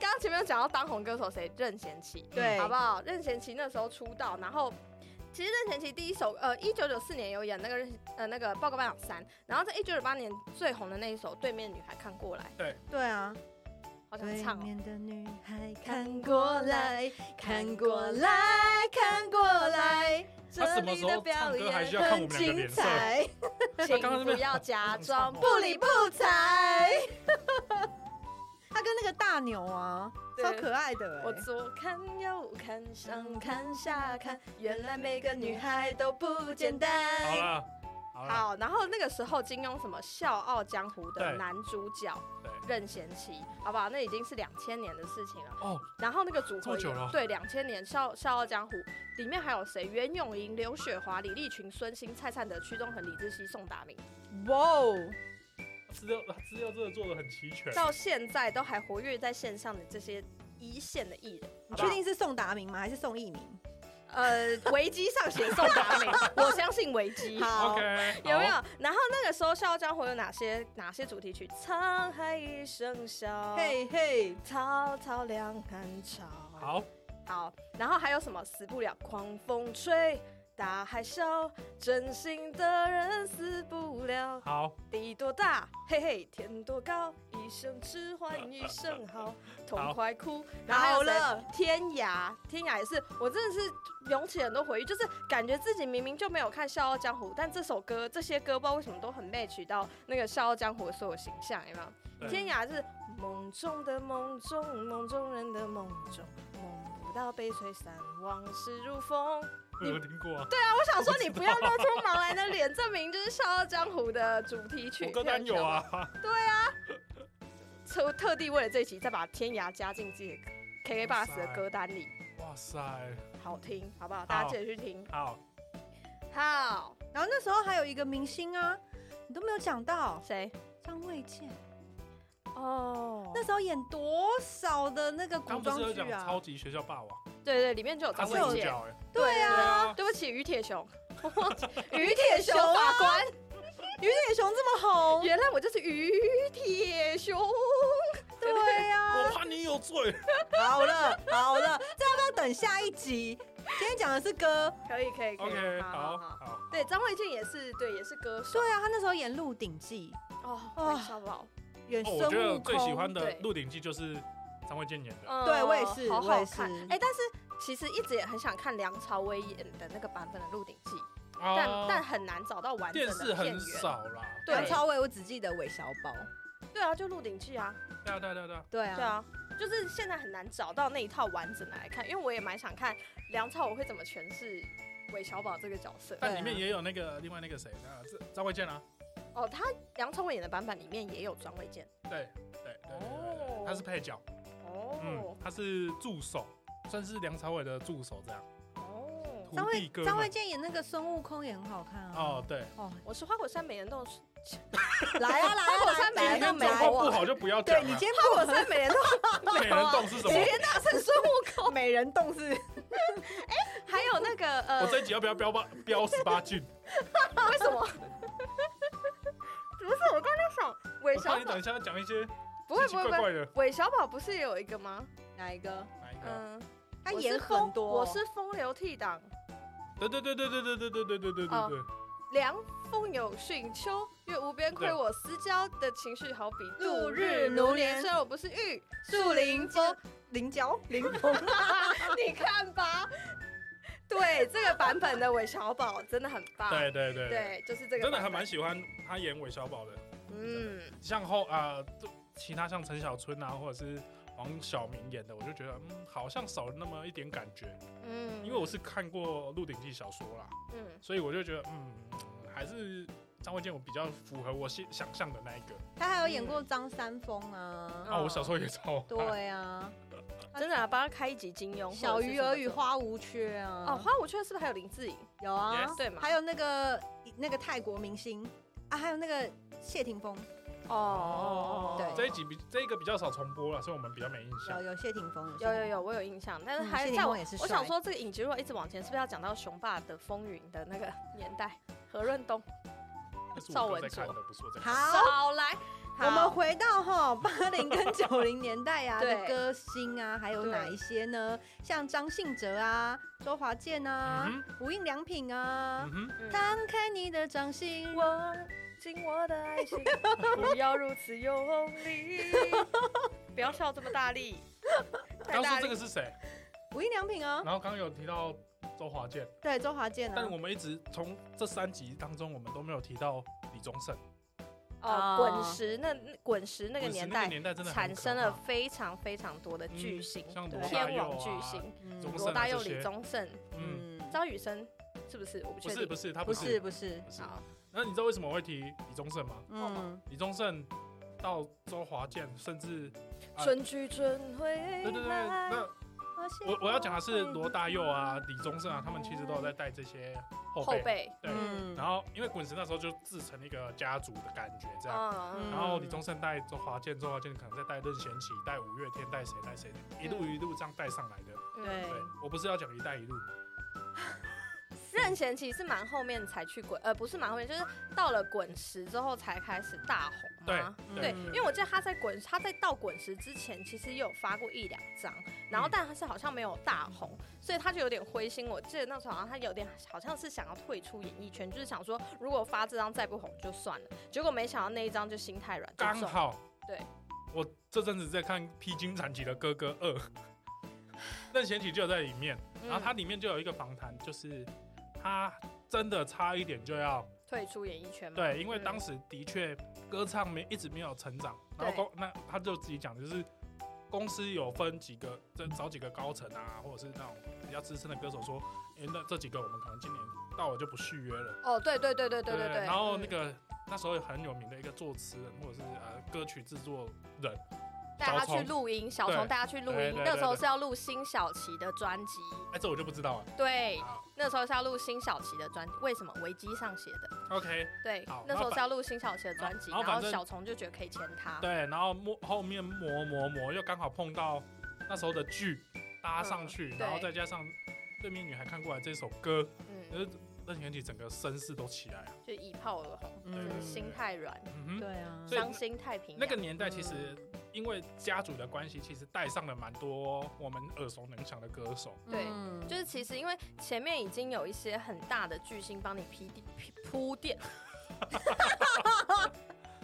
Speaker 3: 刚刚前面有讲到当红歌手谁，任贤齐，
Speaker 2: 对，
Speaker 3: 嗯好不好？任贤齐那时候出道，然后。其实任贤齐第一首，呃，一九九四年有演那个任呃那个《报告班长三》，然后在一九九八年最红的那一首《对面女孩看过来
Speaker 2: 对啊，》，
Speaker 3: 好想
Speaker 2: 对
Speaker 3: 唱哦。
Speaker 2: 面的女孩看过来，看过来，看过来，
Speaker 1: 他
Speaker 2: 这
Speaker 1: 什么
Speaker 2: 里
Speaker 1: 时候
Speaker 2: 的表
Speaker 1: 唱歌还
Speaker 2: 演
Speaker 1: 是要看我
Speaker 2: 很
Speaker 1: 们两个
Speaker 2: 精
Speaker 1: 脸色
Speaker 2: 彩，
Speaker 3: 请
Speaker 1: 刚刚那
Speaker 3: 不
Speaker 1: 边
Speaker 3: 要假装不
Speaker 2: 不理不睬。 他跟那个大牛啊，
Speaker 3: 对
Speaker 2: 超可爱的、欸，
Speaker 3: 我左看右看上看下看，
Speaker 2: 原来每个女孩都不简单。
Speaker 1: 好啊啦，好啦，
Speaker 3: 好，然后那个时候金庸什么《笑傲江湖》的
Speaker 1: 对
Speaker 3: 男主角
Speaker 1: 对
Speaker 3: 任贤齐，好不好？那已经是两千年的事情了。
Speaker 1: 哦，
Speaker 3: 然后那个组
Speaker 1: 这
Speaker 3: 合
Speaker 1: 么久
Speaker 3: 也
Speaker 1: 了
Speaker 3: 对，两千年《笑笑傲江湖》里面还有谁？袁咏仪、刘雪华、李立群、孙兴、蔡灿德、屈中恒、李志熙、宋达明，
Speaker 2: 哇哦，
Speaker 1: 资料他资料真的做的很齐全。
Speaker 3: 到现在都还活跃在线上的这些一线的艺人。
Speaker 2: 你
Speaker 3: 好不好
Speaker 2: 确定是宋达明吗？还是宋一鸣？
Speaker 3: 呃，维基上写宋达 明，我相信维基。
Speaker 2: 好
Speaker 1: OK，
Speaker 3: 有没有
Speaker 1: 好？？
Speaker 3: 然后那个时候《笑傲江湖》有哪些哪些主题曲？沧海一声笑，
Speaker 2: 嘿嘿，
Speaker 3: 滔滔两岸潮。
Speaker 1: 好，
Speaker 3: 好，然后还有什么死不了？狂风吹，大海啸，真心的人死不了。
Speaker 1: 好，
Speaker 3: 地多大，嘿嘿，天多高，一生痴换一生好，痛快哭。然后还有谁
Speaker 2: 好了，
Speaker 3: 天涯，天涯也是，我真的是涌起很多回忆，就是感觉自己明明就没有看《笑傲江湖》，但这首歌、这些歌不知道为什么都很 match 到那个《笑傲江湖》的所有形象，有没有？
Speaker 1: 对
Speaker 3: 天涯是梦中的梦中，梦中人的梦中，梦不到被吹散，往事如风。
Speaker 1: 我
Speaker 3: 你
Speaker 1: 有听过啊，
Speaker 3: 我想说，你不要露出茫然的脸，证明就是《笑傲江湖》的主题曲。
Speaker 1: 我歌单有啊，
Speaker 3: 特特地为了这一集再把《天涯》加进自己的 KK
Speaker 1: 哇
Speaker 3: Bus
Speaker 1: 塞
Speaker 3: 的歌单里，
Speaker 1: 哇塞，
Speaker 3: 好听，好不好？大家记得去听。
Speaker 1: 好，
Speaker 3: 好，
Speaker 2: 然后那时候还有一个明星啊，你都没有讲到
Speaker 3: 谁？
Speaker 2: 张卫健，
Speaker 3: 哦，
Speaker 2: 那时候演多少的那个古
Speaker 1: 刚不
Speaker 2: 装
Speaker 1: 是有
Speaker 2: 剧
Speaker 1: 讲
Speaker 2: 啊？
Speaker 1: 超级学校霸王，
Speaker 3: 对对，里面就有
Speaker 1: 他
Speaker 3: 张
Speaker 1: 是
Speaker 3: 卫
Speaker 1: 主
Speaker 3: 健。
Speaker 1: 角哎，
Speaker 2: 对啊，
Speaker 1: 啊
Speaker 3: 对不起，于铁 雄，啊于铁雄法官，
Speaker 2: 于铁雄这 么红，
Speaker 3: 原来我就是于铁雄。
Speaker 2: 对呀、
Speaker 1: 啊我怕你有罪，
Speaker 2: 好了好了，这要不要等下一集？今天讲的是歌，
Speaker 3: 可以可以可以
Speaker 1: OK，
Speaker 3: 好
Speaker 1: 好哦
Speaker 3: 好好。
Speaker 1: 好，
Speaker 3: 对，张卫健也是，对，也是歌手。
Speaker 2: 对啊，他那时候演《鹿鼎记
Speaker 3: 哦，
Speaker 2: 哦
Speaker 3: 韦小宝，
Speaker 2: 演
Speaker 1: 哦，
Speaker 2: 孙
Speaker 1: 我觉得
Speaker 2: 悟
Speaker 1: 我最喜欢
Speaker 2: 空，
Speaker 1: 的
Speaker 3: 对
Speaker 1: 《鹿鼎记》就是张卫健演的，
Speaker 3: 嗯
Speaker 2: 对我也是
Speaker 3: 好
Speaker 2: 我
Speaker 3: 好
Speaker 2: 也是
Speaker 3: 看。哎，但是其实一直也很想看梁朝伟演的那个版本的《鹿鼎记》，但
Speaker 1: 啊
Speaker 3: 哦但很难找到完整
Speaker 1: 电
Speaker 3: 的
Speaker 1: 视
Speaker 3: 片源
Speaker 1: 很。少啦，
Speaker 3: 对
Speaker 2: 梁朝伟我只记得韦小宝，
Speaker 3: 对啊，就《鹿鼎记》啊，
Speaker 1: 对啊对啊对啊对啊，
Speaker 2: 对
Speaker 3: 对
Speaker 2: 啊，
Speaker 3: 啊，就是现在很难找到那一套完整的来看，因为我也蛮想看梁朝伟会怎么诠释韦小宝这个角色。
Speaker 1: 但
Speaker 2: 对
Speaker 1: 里面
Speaker 2: 啊
Speaker 1: 也有那个另外那个谁，那是张卫健啊，
Speaker 3: 哦，他梁朝伟演的版本里面也有张卫健。
Speaker 1: 对对对对对对
Speaker 3: 哦
Speaker 1: 对，他是配角，嗯
Speaker 3: 哦，
Speaker 1: 他是助手，算是梁朝伟的助手这样，
Speaker 3: 哦，
Speaker 2: 张
Speaker 1: 徒弟
Speaker 2: 卫
Speaker 1: 哥
Speaker 2: 张卫
Speaker 1: 们，
Speaker 2: 健演那个孙悟空也很好看啊。
Speaker 1: 哦对，
Speaker 2: 哦，
Speaker 3: 我是花果山美人洞，
Speaker 2: 来 啊来啊，
Speaker 3: 我才
Speaker 2: 来
Speaker 3: 没
Speaker 2: 来
Speaker 3: 那
Speaker 2: 来
Speaker 3: 没
Speaker 1: 讲
Speaker 2: 来
Speaker 1: 话
Speaker 3: 有啊
Speaker 1: 不好就不要讲
Speaker 2: 对你
Speaker 1: 了
Speaker 2: 今，天
Speaker 3: 花果山美人洞，
Speaker 1: 美人洞是什 么？
Speaker 3: 齐天大圣孙悟空，
Speaker 2: 美人洞是
Speaker 3: 还有那个呃
Speaker 1: 我，这一集要不要标八标十八禁？
Speaker 3: 为什么？ 不是，我刚刚想韦
Speaker 1: 我
Speaker 3: 小
Speaker 1: 怕你
Speaker 3: 宝
Speaker 1: 等一，下要讲一些
Speaker 3: 不会
Speaker 1: 奇
Speaker 3: 不
Speaker 1: 奇
Speaker 3: 会不
Speaker 1: 怪
Speaker 3: 会，
Speaker 1: 怪的，
Speaker 3: 韦小宝不是也有一个吗？
Speaker 2: 哪一个？
Speaker 1: 哪一个？
Speaker 3: 嗯，
Speaker 2: 他
Speaker 3: 我是
Speaker 2: 演
Speaker 3: 风
Speaker 2: 很多，哦
Speaker 3: 我是风流倜傥，
Speaker 1: 对对对对对对对对对对对对对，
Speaker 3: 凉风有讯秋月无边，亏
Speaker 1: 对
Speaker 3: 我思娇的情绪好比
Speaker 2: 度
Speaker 3: 度
Speaker 2: 日
Speaker 3: 日
Speaker 2: 如
Speaker 3: 如
Speaker 2: 年
Speaker 3: 年。虽然我不是玉
Speaker 2: 树林风，菱角林峰，
Speaker 3: 啊你看吧。对这个版本的韦小宝真的很棒，
Speaker 1: 对对对对，
Speaker 3: 对就是这个
Speaker 1: 真的
Speaker 3: 版
Speaker 1: 还
Speaker 3: 本
Speaker 1: 蛮喜欢他演韦小宝的，
Speaker 3: 嗯，
Speaker 1: 像后啊、就其他像陈小春啊，或者是黄晓明演的，我就觉得嗯，好像少了那么一点感觉。
Speaker 3: 嗯，
Speaker 1: 因为我是看过《鹿鼎记》小说啦，
Speaker 3: 嗯
Speaker 1: 所以我就觉得嗯，还是张卫健我比较符合我想想象的那一个。
Speaker 2: 他还有演过张三丰啊。
Speaker 3: 嗯
Speaker 1: 啊，我小时候也超爱
Speaker 2: 对啊，
Speaker 3: 真的啊帮他开一集金
Speaker 1: 嗯
Speaker 3: 庸，
Speaker 2: 小鱼儿与
Speaker 3: 花
Speaker 2: 花无缺啊。
Speaker 3: 哦，花无缺是不是还有林志颖？
Speaker 2: 有啊
Speaker 1: Yes
Speaker 3: 对嘛
Speaker 2: 还有那个那个泰国明星啊，还有那个谢霆锋，
Speaker 3: 哦哦
Speaker 2: 对
Speaker 1: 这一集比这一个比较少重播了，所以我们比较没印
Speaker 2: 有
Speaker 3: 呃
Speaker 1: 象。
Speaker 2: 有谢霆锋，谢霆
Speaker 3: 有
Speaker 2: 锋
Speaker 3: 有有，我有印象，但是
Speaker 2: 嗯
Speaker 3: 还
Speaker 2: 谢霆
Speaker 3: 在
Speaker 2: 锋
Speaker 3: 我
Speaker 2: 也是
Speaker 3: 我
Speaker 2: 帅
Speaker 3: 想说，这个影集如果一直往前，是不是要讲到雄霸的风云的那 个年代？何润东，
Speaker 1: 这是
Speaker 3: 赵
Speaker 1: 我哥
Speaker 3: 文
Speaker 1: 在看
Speaker 3: 卓
Speaker 1: 的，不是我在看的。
Speaker 2: 好。
Speaker 3: 少来，
Speaker 2: 我们
Speaker 3: 好
Speaker 2: 回到哈八 零跟九零年代啊
Speaker 3: 对
Speaker 2: 的歌星啊，还有
Speaker 3: 对
Speaker 2: 哪一些呢？像张信哲啊、周华健啊、
Speaker 1: 嗯
Speaker 2: 无印良品啊
Speaker 1: 嗯。哼，
Speaker 3: 嗯
Speaker 2: 摊开你的掌心，
Speaker 3: 握紧我的爱 情，不要如此用力， 不要笑这么大 力，太
Speaker 1: 刚说
Speaker 3: 大
Speaker 1: 这
Speaker 3: 力嗯
Speaker 1: 个。是谁？
Speaker 2: 无印良品啊
Speaker 1: 然，后刚刚有提到周华健，
Speaker 2: 对，周华健啊
Speaker 1: 但，我们一直从这三集当中，我们都没有提到李宗盛。
Speaker 3: 哦，
Speaker 2: 啊
Speaker 3: 滚石那那滚石那个
Speaker 1: 滚石
Speaker 3: 年
Speaker 1: 那个
Speaker 3: 代
Speaker 1: 年代真的很
Speaker 3: 产
Speaker 1: 可
Speaker 3: 生了
Speaker 1: 怕
Speaker 3: 非常非常多的巨
Speaker 1: 嗯
Speaker 3: 星，
Speaker 1: 像
Speaker 3: 对
Speaker 1: 罗
Speaker 2: 大
Speaker 3: 天王
Speaker 1: 佑
Speaker 3: 巨
Speaker 1: 啊
Speaker 3: 星，
Speaker 2: 嗯
Speaker 1: 宗
Speaker 3: 罗
Speaker 1: 盛啊
Speaker 3: 大
Speaker 1: 这
Speaker 3: 佑、李
Speaker 1: 些
Speaker 3: 宗盛、
Speaker 1: 嗯，
Speaker 2: 嗯，
Speaker 3: 张雨生，是不是？我不
Speaker 1: 不
Speaker 3: 确
Speaker 1: 是
Speaker 3: 定。
Speaker 1: 不是，他
Speaker 2: 不
Speaker 1: 不
Speaker 2: 是
Speaker 1: 是
Speaker 2: 不是，
Speaker 1: 不是。
Speaker 3: 好，
Speaker 1: 那你知道为什么我会提李宗盛吗？
Speaker 2: 嗯，
Speaker 1: 李宗盛到周华健，甚至啊
Speaker 3: 春去春回来。
Speaker 1: 对对对，那我我要讲的
Speaker 2: 嗯
Speaker 1: 是罗大佑啊、李宗盛啊，他们其实都有在带这些后
Speaker 3: 后
Speaker 1: 辈。
Speaker 3: 辈，
Speaker 1: 对，
Speaker 2: 嗯
Speaker 1: 然后因为滚石那时候就自成一个家族的感觉这样。
Speaker 3: 嗯
Speaker 1: 然后李宗盛带周华健，周华健可能再带任贤齐，带五月天，带谁带谁的，一路
Speaker 3: 嗯
Speaker 1: 一路这样带上来的。
Speaker 2: 对
Speaker 1: 对，我不是要讲一带一路，
Speaker 3: 任贤齐是蛮后面才去滚，呃，不是蛮后面，就是到了滚石之后才开始大红嘛。吗？
Speaker 1: 对
Speaker 3: 对，
Speaker 2: 嗯
Speaker 3: 因为我记得他在滚，他在到滚石之前，其实也有发过一两张，然后
Speaker 1: 嗯
Speaker 3: 但他是好像没有大红，所以他就有点灰心。我记得那时候好像他有点好像是想要退出演艺圈，就是想说如果发这张再不红就算了。结果没想到那一张就心太软，就
Speaker 1: 刚
Speaker 3: 中了
Speaker 1: 好。
Speaker 3: 对，
Speaker 1: 我这阵子在看《披荆斩棘的哥哥二》， 任贤齐就有在里面，然后它
Speaker 3: 嗯、
Speaker 1: 里面就有一个访谈，就是他真的差一点就要
Speaker 3: 退出演艺圈嘛。
Speaker 1: 对，因为
Speaker 3: 嗯
Speaker 1: 当时的确歌唱没一直没有成长，
Speaker 3: 对
Speaker 1: 然后公那他就自己讲，就是公司有分几个，这找几个高层啊，或者是那种比较资深的歌手说，诶，那这几个我们可能今年到我就不续约了。
Speaker 3: 哦，对对对对对对。
Speaker 1: 然后
Speaker 3: 嗯
Speaker 1: 那个、那时候很有名的一个作词人或者是呃歌曲制作人，
Speaker 3: 带他
Speaker 1: 小
Speaker 3: 去
Speaker 1: 虫
Speaker 3: 录音，小虫
Speaker 1: 对
Speaker 3: 带他去录
Speaker 1: 对
Speaker 3: 音，
Speaker 1: 对
Speaker 3: 那
Speaker 1: 对
Speaker 3: 时候
Speaker 1: 对
Speaker 3: 是要录辛晓琪的专辑，
Speaker 1: 哎、这我就不知道了。
Speaker 3: 对，
Speaker 1: 好
Speaker 3: 那时候是要录辛晓琪的专辑，为什么维基上写的？
Speaker 1: ，OK，
Speaker 3: 对
Speaker 1: 好，
Speaker 3: 那时候
Speaker 1: 那
Speaker 3: 是要录辛晓琪的专辑，
Speaker 1: 然后
Speaker 3: 然
Speaker 1: 反
Speaker 3: 后
Speaker 1: 正
Speaker 3: 小虫就觉得可以签他，
Speaker 1: 对，然后磨后面磨磨磨，又刚好碰到那时候的剧搭上
Speaker 3: 嗯
Speaker 1: 去，
Speaker 3: 对
Speaker 1: 然后再加上对面女孩看过来这首歌，可
Speaker 3: 嗯，
Speaker 1: 是任贤齐整个声势都起来了。
Speaker 3: 就一炮而红，
Speaker 1: 对
Speaker 3: 就是
Speaker 1: 嗯
Speaker 3: 心太软，
Speaker 1: 嗯哼，
Speaker 2: 对啊，
Speaker 1: 所以
Speaker 3: 伤心太平洋。
Speaker 1: 那个年代其实因为家族的关系，其实带上了蛮多我们耳熟能详的歌手。
Speaker 3: 对
Speaker 2: 嗯
Speaker 3: 就是其实因为前面已经有一些很大的巨星帮你铺地 铺垫。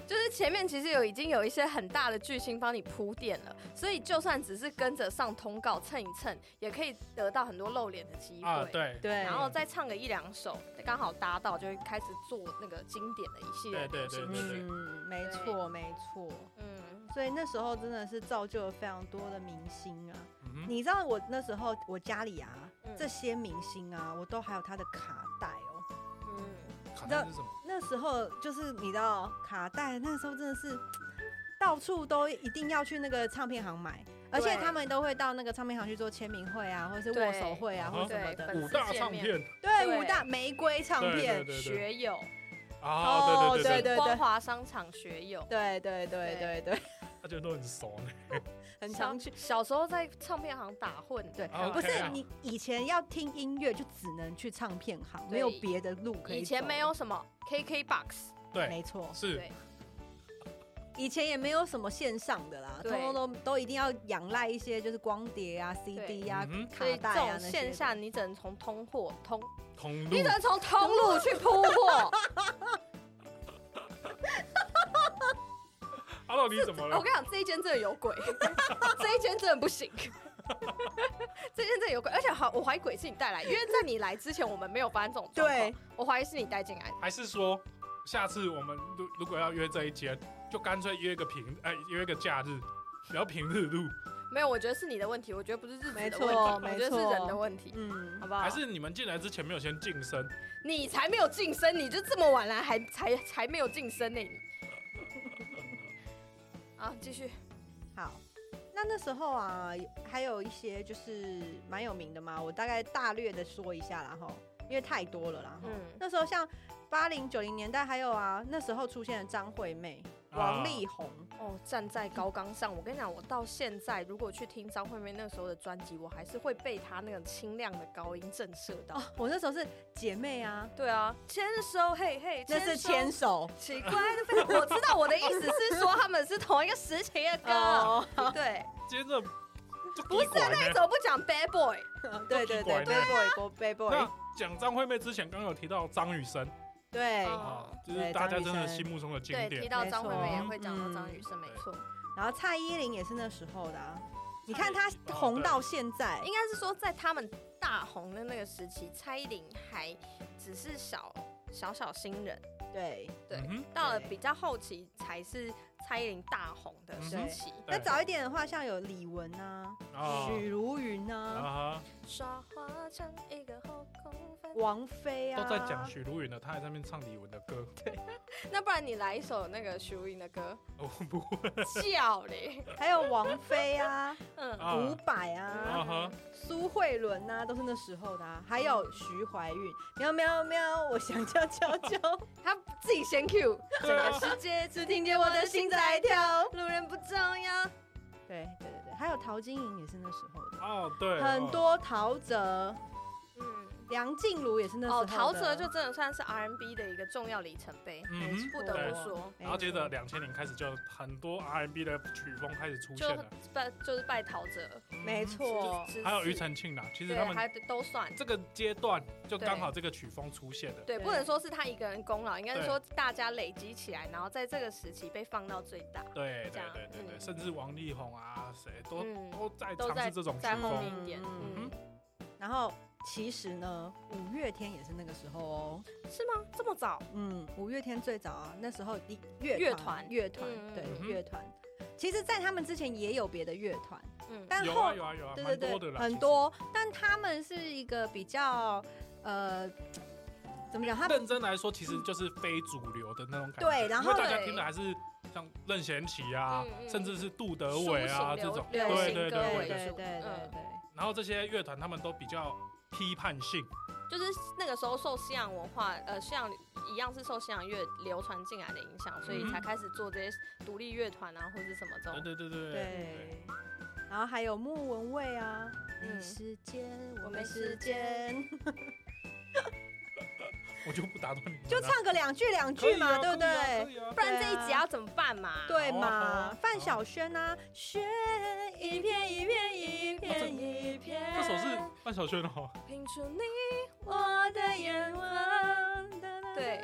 Speaker 3: 就是前面其实有已经有一些很大的巨星帮你铺垫了，所以就算只是跟着上通告蹭一蹭，也可以得到很多露脸的机会。
Speaker 1: 啊，对
Speaker 2: 对
Speaker 3: 然后再唱个一两首，刚好搭到，就会开始做那个经典的一系列
Speaker 1: 对
Speaker 3: 的
Speaker 1: 对对
Speaker 3: 歌
Speaker 1: 对
Speaker 3: 曲。
Speaker 1: 对
Speaker 2: 嗯，没错没错，
Speaker 3: 嗯，
Speaker 2: 所以那时候真的是造就了非常多的明星啊。
Speaker 1: 嗯哼，
Speaker 2: 你知道我那时候我家里啊，
Speaker 3: 嗯
Speaker 2: 这些明星啊，我都还有他的卡带哦。
Speaker 3: 嗯，
Speaker 1: 卡带是什么？
Speaker 2: 那时候就是你知道卡带，那时候真的是到处都一定要去那个唱片行买，而且他们都会到那个唱片行去做签名会啊，或者是握手会啊，
Speaker 1: 对
Speaker 2: 或者什么的。
Speaker 3: 粉
Speaker 1: 五
Speaker 3: 丝
Speaker 1: 大
Speaker 3: 见
Speaker 1: 唱
Speaker 3: 面
Speaker 1: 片
Speaker 2: 对，五大玫瑰唱
Speaker 1: 对对
Speaker 2: 片，
Speaker 1: 对对，
Speaker 3: 学友，哦
Speaker 1: 啊，对对
Speaker 2: 对
Speaker 1: 对，
Speaker 3: 光华商场学友，
Speaker 2: 对对对对对，
Speaker 1: 大家都很熟呢。
Speaker 2: 很常去。
Speaker 3: 小时候在唱片行打混，
Speaker 2: 对
Speaker 3: 台湾
Speaker 2: 不是
Speaker 1: OK 啊
Speaker 2: 你以前要听音乐，就只能去唱片行，
Speaker 3: 对
Speaker 2: 没有别的路可以走。
Speaker 3: 以前没有，什么 KK Box，
Speaker 1: 对，
Speaker 2: 没错，
Speaker 1: 是
Speaker 3: 对
Speaker 2: 以前也没有什么线上的啦，
Speaker 3: 对
Speaker 2: 通通都都一定要仰赖一些就是光碟啊、CD 啊、
Speaker 1: 嗯哼
Speaker 2: 卡
Speaker 3: 所以这
Speaker 2: 带啊
Speaker 3: 种
Speaker 2: 那
Speaker 3: 线
Speaker 2: 些的。
Speaker 3: 下你只能从通货通，
Speaker 1: 同路
Speaker 3: 你只能从通路去铺货。
Speaker 1: ，Hello，你怎么
Speaker 3: 我
Speaker 1: 了
Speaker 3: 跟？你讲，这一间真的有鬼，这一间真的不行， 这一间真的有鬼，而且好，我怀疑鬼是你带来，因为在你来之前我们没有发生这种状况
Speaker 2: 对，
Speaker 3: 我怀疑是你带进来的。
Speaker 1: 还是说，下次我们如如果要约这一间，就干脆约一个平，哎，约一个假日，不要平日录，
Speaker 3: 没有，我觉得是你的问题，我觉得不是日子
Speaker 2: 没
Speaker 3: 的
Speaker 2: 错
Speaker 3: 问题，我
Speaker 2: 没
Speaker 3: 觉得是
Speaker 2: 错
Speaker 3: 人的问题，
Speaker 2: 嗯，
Speaker 3: 好不好？
Speaker 1: 还是你们进来之前没有先晋升？
Speaker 3: 你才没有晋升，你就这么晚来还才才没有晋升呢、 你。啊，继续，
Speaker 2: 好。那那时候啊，还有一些就是蛮有名的嘛，我大概大略的说一下啦哈，因为太多了啦哈。
Speaker 3: 嗯，
Speaker 2: 那时候像八零九零年代，还有啊，那时候出现的张惠妹、
Speaker 1: 啊
Speaker 2: 王力宏，
Speaker 3: 哦，站在高岗上，我跟你讲，我到现在如果去听张惠妹那时候的专辑，我还是会被她那个清亮的高音震慑到。
Speaker 2: 我那时候是姐妹啊，
Speaker 3: 对啊，牵手，嘿嘿，
Speaker 2: 那是
Speaker 3: 手
Speaker 2: 牵手
Speaker 3: 奇怪的非，我知道我的意思是说他们是同一个时期的歌，
Speaker 2: 哦，
Speaker 3: 对，
Speaker 1: 接着就
Speaker 3: 不是啊那你怎么不讲 Bad Boy？
Speaker 2: 对对对
Speaker 1: 都
Speaker 2: ，Bad Boy Bad
Speaker 1: 那
Speaker 2: Boy，
Speaker 1: 讲张惠妹之前，刚刚有提到张雨生
Speaker 2: 对。
Speaker 3: 哦
Speaker 1: 啊，就
Speaker 2: 对
Speaker 1: 是大家
Speaker 2: 张雨
Speaker 1: 真的
Speaker 2: 生
Speaker 1: 心目中的经
Speaker 3: 对，提
Speaker 1: 典。
Speaker 3: 到张惠妹也
Speaker 1: 没错
Speaker 3: 会讲到
Speaker 2: 嗯
Speaker 3: 张雨生，没错。
Speaker 2: 然后蔡依林也是那时候的啊，你看她红到现在，
Speaker 3: 应该是说在他们大红的那个时期，蔡依林还只是小小小新人，
Speaker 2: 对。
Speaker 3: 对
Speaker 1: 嗯哼
Speaker 3: 到了
Speaker 2: 对
Speaker 3: 比较后期才是蔡依林大红的时期。
Speaker 2: 那
Speaker 1: 嗯对
Speaker 2: 早一点的话，像有李玟啊、
Speaker 1: 啊
Speaker 2: 许茹芸
Speaker 1: 啊
Speaker 2: 啊、
Speaker 1: 哈，
Speaker 3: 耍花枪一个后空翻。
Speaker 2: 王菲啊，
Speaker 1: 都在讲许茹芸的，她还在那边唱李玟的歌，
Speaker 3: 那不然你来一首那个徐若瑄的歌，
Speaker 1: 我不会
Speaker 3: 笑嘞，
Speaker 2: 还有王菲啊、
Speaker 3: 嗯。
Speaker 1: 啊
Speaker 2: 伍佰啊、
Speaker 1: 啊 哈，
Speaker 2: 苏慧伦啊，都是那时候的啊，还有徐怀钰，喵喵喵，我想叫娇娇，
Speaker 3: 他自己先 Q，整
Speaker 1: 对
Speaker 3: 个
Speaker 1: 啊
Speaker 3: 世界只
Speaker 2: 只
Speaker 3: 听
Speaker 2: 听
Speaker 3: 见
Speaker 2: 见
Speaker 3: 我
Speaker 2: 我
Speaker 3: 的
Speaker 2: 的
Speaker 3: 心
Speaker 2: 心
Speaker 3: 在
Speaker 2: 在
Speaker 3: 跳，
Speaker 2: 跳。
Speaker 3: 路人不 重要。
Speaker 2: 对对 对对，还有陶晶莹也是那时候的，
Speaker 1: 啊哦对，
Speaker 2: 很
Speaker 1: 哦
Speaker 2: 多陶喆，
Speaker 3: 嗯，
Speaker 2: 梁静茹也是那时候
Speaker 3: 哦，
Speaker 2: 的
Speaker 3: 陶喆就真的算是 R&B 的一个重要里程碑，
Speaker 1: 嗯哼
Speaker 3: 不得
Speaker 1: 对
Speaker 3: 不说，
Speaker 1: 然后接着
Speaker 2: 没错
Speaker 1: 两千年开始就很多 R&B 的曲风开始出
Speaker 3: 就
Speaker 1: 现了，
Speaker 3: 拜就是拜陶喆，
Speaker 1: 嗯
Speaker 2: 没，错，
Speaker 3: 只是
Speaker 1: 还有庾澄庆啦，其实
Speaker 3: 对，
Speaker 1: 他们
Speaker 3: 还都算。
Speaker 1: 这个阶段就刚好这个曲风出现了。
Speaker 3: 对，
Speaker 2: 对
Speaker 3: 不能说是他一个人功劳，应该是
Speaker 1: 对
Speaker 3: 说大家累积起来，然后在这个时期被放到最大，
Speaker 1: 对
Speaker 3: 这
Speaker 1: 对
Speaker 3: 样
Speaker 1: 对对对，
Speaker 3: 嗯
Speaker 1: 甚至王力宏啊，谁都
Speaker 3: 嗯
Speaker 1: 都在
Speaker 3: 都
Speaker 1: 尝
Speaker 3: 在
Speaker 1: 试这种曲
Speaker 3: 在后
Speaker 1: 风。
Speaker 3: 面一点，
Speaker 2: 嗯
Speaker 1: 嗯
Speaker 3: 嗯，
Speaker 2: 然后其实呢，五月天也是那个时候哦。
Speaker 3: 是吗？这么早？
Speaker 2: 嗯，五月天最早啊，那时候第
Speaker 3: 乐
Speaker 2: 乐
Speaker 3: 团
Speaker 2: 团乐团
Speaker 3: 嗯
Speaker 2: 对
Speaker 1: 嗯哼
Speaker 2: 乐团。其实，在他们之前也有别的乐团，
Speaker 3: 嗯，
Speaker 2: 但
Speaker 1: 有
Speaker 2: 后
Speaker 1: 啊有啊有啊，
Speaker 2: 对
Speaker 1: 蛮
Speaker 2: 对
Speaker 1: 多的
Speaker 2: 对，
Speaker 1: 啦，
Speaker 2: 很多。但他们是一个比较呃，怎么讲？
Speaker 1: 其
Speaker 2: 他
Speaker 1: 实。认真来说，其实就是非主流的那种感觉。
Speaker 2: 对然后
Speaker 1: 因为大家
Speaker 3: 对
Speaker 1: 听的还是像任贤齐啊
Speaker 3: 嗯，嗯
Speaker 1: 甚至是杜德伟啊
Speaker 3: 抒
Speaker 1: 这
Speaker 3: 情流
Speaker 1: 种。
Speaker 3: 流
Speaker 1: 对
Speaker 3: 行
Speaker 1: 对对
Speaker 3: 歌
Speaker 2: 对
Speaker 3: 为
Speaker 2: 对对
Speaker 3: 主，
Speaker 2: 对
Speaker 3: 嗯，
Speaker 2: 对，
Speaker 1: 然后这些乐团他们都比较批判性，
Speaker 3: 就是那个时候受西洋文化，呃，西洋一样是受西洋乐流传进来的影响，所以
Speaker 1: 嗯
Speaker 3: 才开始做这些独立乐团啊，或者什么这
Speaker 1: 对
Speaker 3: 种。
Speaker 1: 对对对
Speaker 2: 对。然后还有莫文蔚啊，
Speaker 3: 嗯
Speaker 2: 没时间，
Speaker 3: 我
Speaker 2: 我
Speaker 3: 没
Speaker 2: 没
Speaker 3: 时
Speaker 2: 时间，
Speaker 1: 我就不打断你们了， 啊
Speaker 2: 就唱个两句两句嘛，对不对？
Speaker 1: 对？
Speaker 3: 不然这一集要怎么办嘛？
Speaker 2: 对
Speaker 1: 好啊好
Speaker 2: 嘛
Speaker 1: 啊，
Speaker 2: 范晓萱啊，萱一片一片一片一片，
Speaker 1: 这首是范晓萱的哦，
Speaker 3: 拼出你，
Speaker 2: 我的眼纹。
Speaker 3: 对，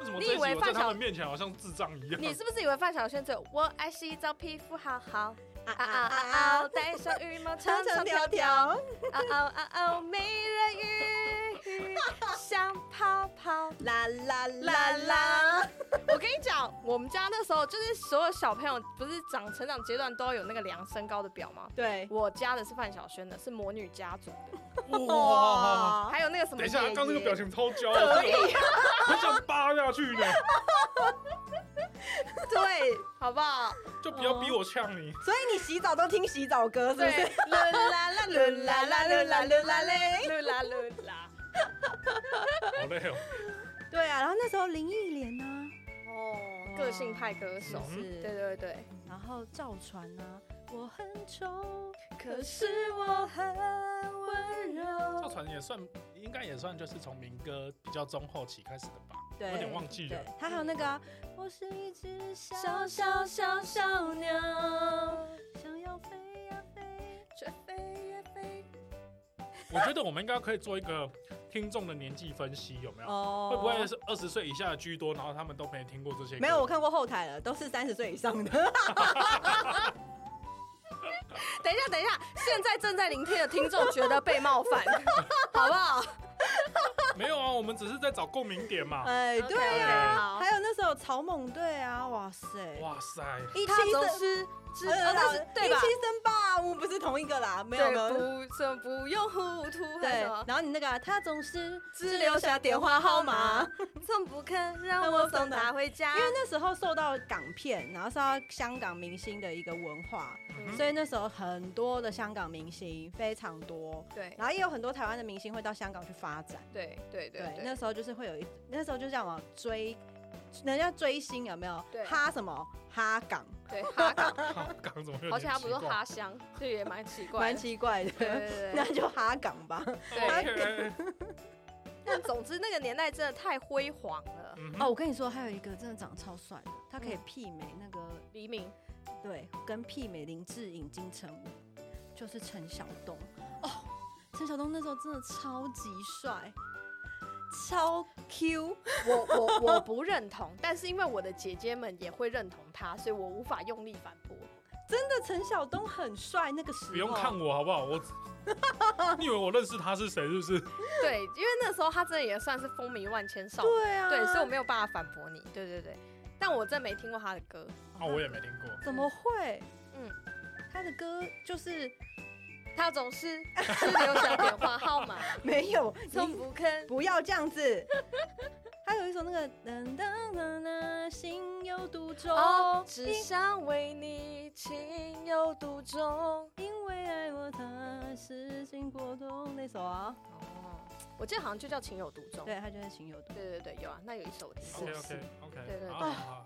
Speaker 1: 为什么
Speaker 3: 你
Speaker 1: 这一
Speaker 3: 以
Speaker 1: 集
Speaker 3: 为
Speaker 1: 我
Speaker 3: 范
Speaker 1: 在
Speaker 3: 晓
Speaker 1: 他们面前好像智障一样？
Speaker 3: 你是不是以为范晓萱只有我爱洗澡，皮肤好好
Speaker 2: 啊
Speaker 3: 啊
Speaker 2: 啊
Speaker 3: 啊
Speaker 2: 啊
Speaker 3: 啊啊，
Speaker 2: 啊，
Speaker 3: 戴上羽 毛
Speaker 2: 长
Speaker 3: 长长
Speaker 2: 长
Speaker 3: 条
Speaker 2: 条
Speaker 3: 条
Speaker 2: 条，
Speaker 3: 啊啊啊啊，美人鱼像泡泡。
Speaker 2: 啦啦
Speaker 3: 啦
Speaker 2: 啦啦，
Speaker 3: 啦！我跟你讲，我们家那时候就是所有小朋友不是长成长阶段都要有那个量身高的表吗？
Speaker 2: 对，
Speaker 3: 我家的是范晓萱的，是魔女家族的，
Speaker 1: 哇！
Speaker 3: 还有那个什么
Speaker 1: 等一下，刚
Speaker 3: 爷爷
Speaker 1: 刚那个表情超焦的， 很想扒下去 呢，
Speaker 3: 对，好不 好？
Speaker 1: 就不要逼我呛你。
Speaker 2: 所以你洗澡都听洗澡歌是不
Speaker 3: 对
Speaker 2: 是？，
Speaker 3: 噜啦啦噜啦啦噜啦噜啦嘞，噜啦噜啦。
Speaker 1: 好累哦。
Speaker 2: 对啊，然后那时候林忆莲呢，
Speaker 3: 哦，个性派歌
Speaker 2: 是
Speaker 3: 手
Speaker 2: 不，是？
Speaker 3: 对对对，
Speaker 2: 然后赵传啊，我很丑，可
Speaker 3: 可是
Speaker 2: 是
Speaker 3: 我
Speaker 2: 我很温
Speaker 1: 赵
Speaker 2: 柔。
Speaker 1: 传也算，应该也算就是从民歌比较中后期开始的吧。
Speaker 2: 对，
Speaker 1: 有点忘记了
Speaker 2: 对。他还有那个啊、我是一只小
Speaker 3: 小小
Speaker 2: 小
Speaker 3: 小
Speaker 2: 小
Speaker 3: 小
Speaker 2: 小
Speaker 3: 鸟
Speaker 2: 鸟，想要飞呀飞。
Speaker 3: 却飞也飞。
Speaker 1: 我觉得我们应该可以做一个听众的年纪分析，有没有？
Speaker 2: 哦
Speaker 3: 啊
Speaker 1: 会不会是二十岁以下的居多，然后他们都没听过这些歌？
Speaker 2: 没有？我看过后台了，都是三十岁以上 的。
Speaker 3: 等一下，等一下，现在正在聆听的听众觉得被冒犯， 好不好？
Speaker 1: 没有啊，我们只是在找共鸣点嘛。
Speaker 2: 哎，
Speaker 3: OK，
Speaker 2: 对啊
Speaker 3: OK
Speaker 2: 还有那时候草蜢队啊，哇塞，
Speaker 1: 哇塞，
Speaker 2: 一
Speaker 3: 他
Speaker 2: 七
Speaker 3: 总
Speaker 2: 生。
Speaker 3: 是知，
Speaker 2: 呃
Speaker 3: 哦，那是对
Speaker 2: 一
Speaker 3: 吧
Speaker 2: 七？生八五不是同一个啦，没有
Speaker 3: 对，
Speaker 2: 了。
Speaker 3: 不，这不用糊涂，还
Speaker 2: 对
Speaker 3: 有什么，
Speaker 2: 然后你那个啊、他总是
Speaker 3: 只留下电话号码，从不肯让我送他回家
Speaker 2: 因。为那时候受到港片，然后受到香港明星的一个文化，
Speaker 1: 嗯
Speaker 2: 所以那时候很多的香港明星非常多，
Speaker 3: 对
Speaker 2: 然后也有很多台湾的明星会到香港去发展。
Speaker 3: 对对
Speaker 2: 对，
Speaker 3: 对
Speaker 2: 那
Speaker 3: 对，
Speaker 2: 时候就是会有一，那时候就叫什么追，人家追星有没有
Speaker 3: 对？
Speaker 2: 哈什么哈港，
Speaker 3: 对 哈港，
Speaker 1: 好刚怎么有点奇怪？
Speaker 3: 而且他不是哈香，这也蛮奇怪
Speaker 2: 蛮
Speaker 3: 的。
Speaker 2: 奇怪的。
Speaker 3: 对对
Speaker 2: 那
Speaker 3: 对
Speaker 2: 就哈港吧。
Speaker 3: 对，
Speaker 1: OK，
Speaker 3: 但总之那个年代真的太辉煌了。
Speaker 1: 嗯
Speaker 2: 哦，
Speaker 1: 哼
Speaker 2: 我跟你说，还有一个真的长得超帅的，他可以
Speaker 3: 嗯
Speaker 2: 媲美那个，
Speaker 3: 黎明，
Speaker 2: 对，跟媲美林志颖、金城武，就是陈晓东。哦，陈晓东那时候真的超级帅，超 Q。
Speaker 3: 我我我不认同，但是因为我的姐姐们也会认同他，所以我无法用力反驳。
Speaker 2: 真的，陈晓东很帅，那个时候
Speaker 1: 不用看我好不好？我， 你以为我认识他是谁？是不是？
Speaker 3: 对，因为那时候他真的也算是风靡万千少女。
Speaker 2: 对啊，
Speaker 3: 对，所以我没有办法反驳你。对对对，但我真没听过他的歌。
Speaker 1: 啊，我也没听过。
Speaker 2: 怎么会？
Speaker 3: 嗯
Speaker 2: 嗯，他的歌就是
Speaker 3: 他 总是只留下电话号码，
Speaker 2: 没有，
Speaker 3: 从不肯。
Speaker 2: 不要这样子。还有一首那个噔噔噔噔，心有独钟，
Speaker 3: 哦，只想为你情有独钟。哦，
Speaker 2: 因为爱我他失心过痛那首啊，
Speaker 3: 我记得好像就叫情有独钟。
Speaker 2: 对，他就是情有独钟。
Speaker 3: 对对对，有啊，那有一首我听过。
Speaker 1: OK OK OK，
Speaker 3: 对对
Speaker 1: 好好好好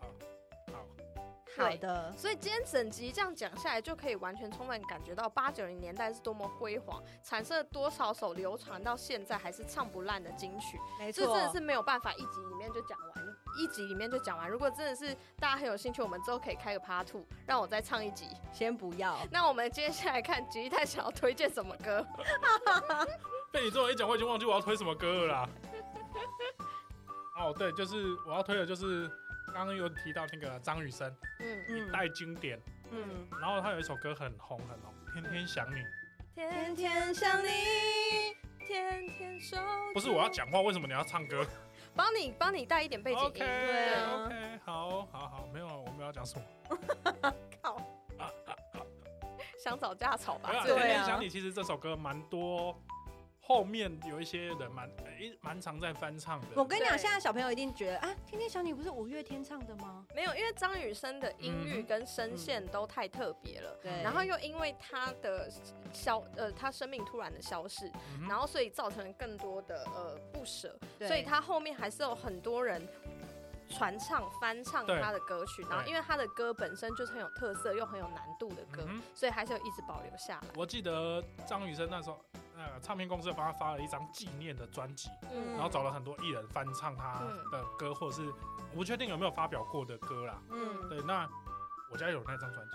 Speaker 1: 好，
Speaker 2: 好的，
Speaker 3: 所以今天整集这样讲下来，就可以完全充分感觉到八九零年代是多么辉煌，产生了多少首流传到现在还是唱不烂的金曲。
Speaker 2: 没
Speaker 3: 这
Speaker 2: 错，
Speaker 3: 真的是没有办法一集里面就讲完，一集里面就讲完。如果真的是大家很有兴趣，我们之后可以开个 Part Two，让我再唱一集。
Speaker 2: 先不要，
Speaker 3: 那我们接下来看吉他想要推荐什么歌？
Speaker 1: 被你这么一讲，我已经忘记我要推什么歌了啦。哦，对，就是我要推的就是刚刚有提到那个张雨生，
Speaker 3: 嗯，
Speaker 1: 一
Speaker 2: 嗯
Speaker 1: 代经典。
Speaker 2: 嗯，
Speaker 1: 然后他有一首歌很红很红，《天天想你》。
Speaker 3: 嗯
Speaker 2: 天天想你，
Speaker 3: 天天守。
Speaker 1: 不是我要，讲话，为什么你要唱歌
Speaker 3: 帮你帮你带一点背景音
Speaker 1: OK
Speaker 3: 对啊
Speaker 1: OK，好好好，没有，我们要讲什么？
Speaker 2: 靠，
Speaker 3: 想找架吵吧
Speaker 1: 没有。啦
Speaker 2: 对
Speaker 1: 天天
Speaker 2: 啊
Speaker 1: 想你，其实这首歌蛮多，后面有一些人蛮诶蛮常在翻唱的。
Speaker 2: 我跟你讲，
Speaker 3: 对
Speaker 2: 现在小朋友一定觉得啊，天天想你不是五月天唱的吗？
Speaker 3: 没有，因为张雨生的音域
Speaker 1: 嗯
Speaker 3: 跟声线都太特别了。
Speaker 2: 嗯对，
Speaker 3: 然后又因为他的消呃，他生命突然的消逝，
Speaker 1: 嗯哼
Speaker 3: 然后所以造成了更多的呃不舍，
Speaker 2: 对
Speaker 3: 所以他后面还是有很多人传唱、翻唱
Speaker 1: 对
Speaker 3: 他的歌曲，然后
Speaker 1: 对
Speaker 3: 因为他的歌本身就是很有特色又很有难度的歌，
Speaker 1: 嗯哼
Speaker 3: 所以还是有一直保留下来。
Speaker 1: 我记得张雨生那时候，呃，唱片公司帮他发了一张纪念的专辑，
Speaker 2: 嗯
Speaker 1: 然后找了很多艺人翻唱他的歌，或者是我不确定有没有发表过的歌啦。
Speaker 2: 嗯，
Speaker 1: 对，那我家有那张专辑，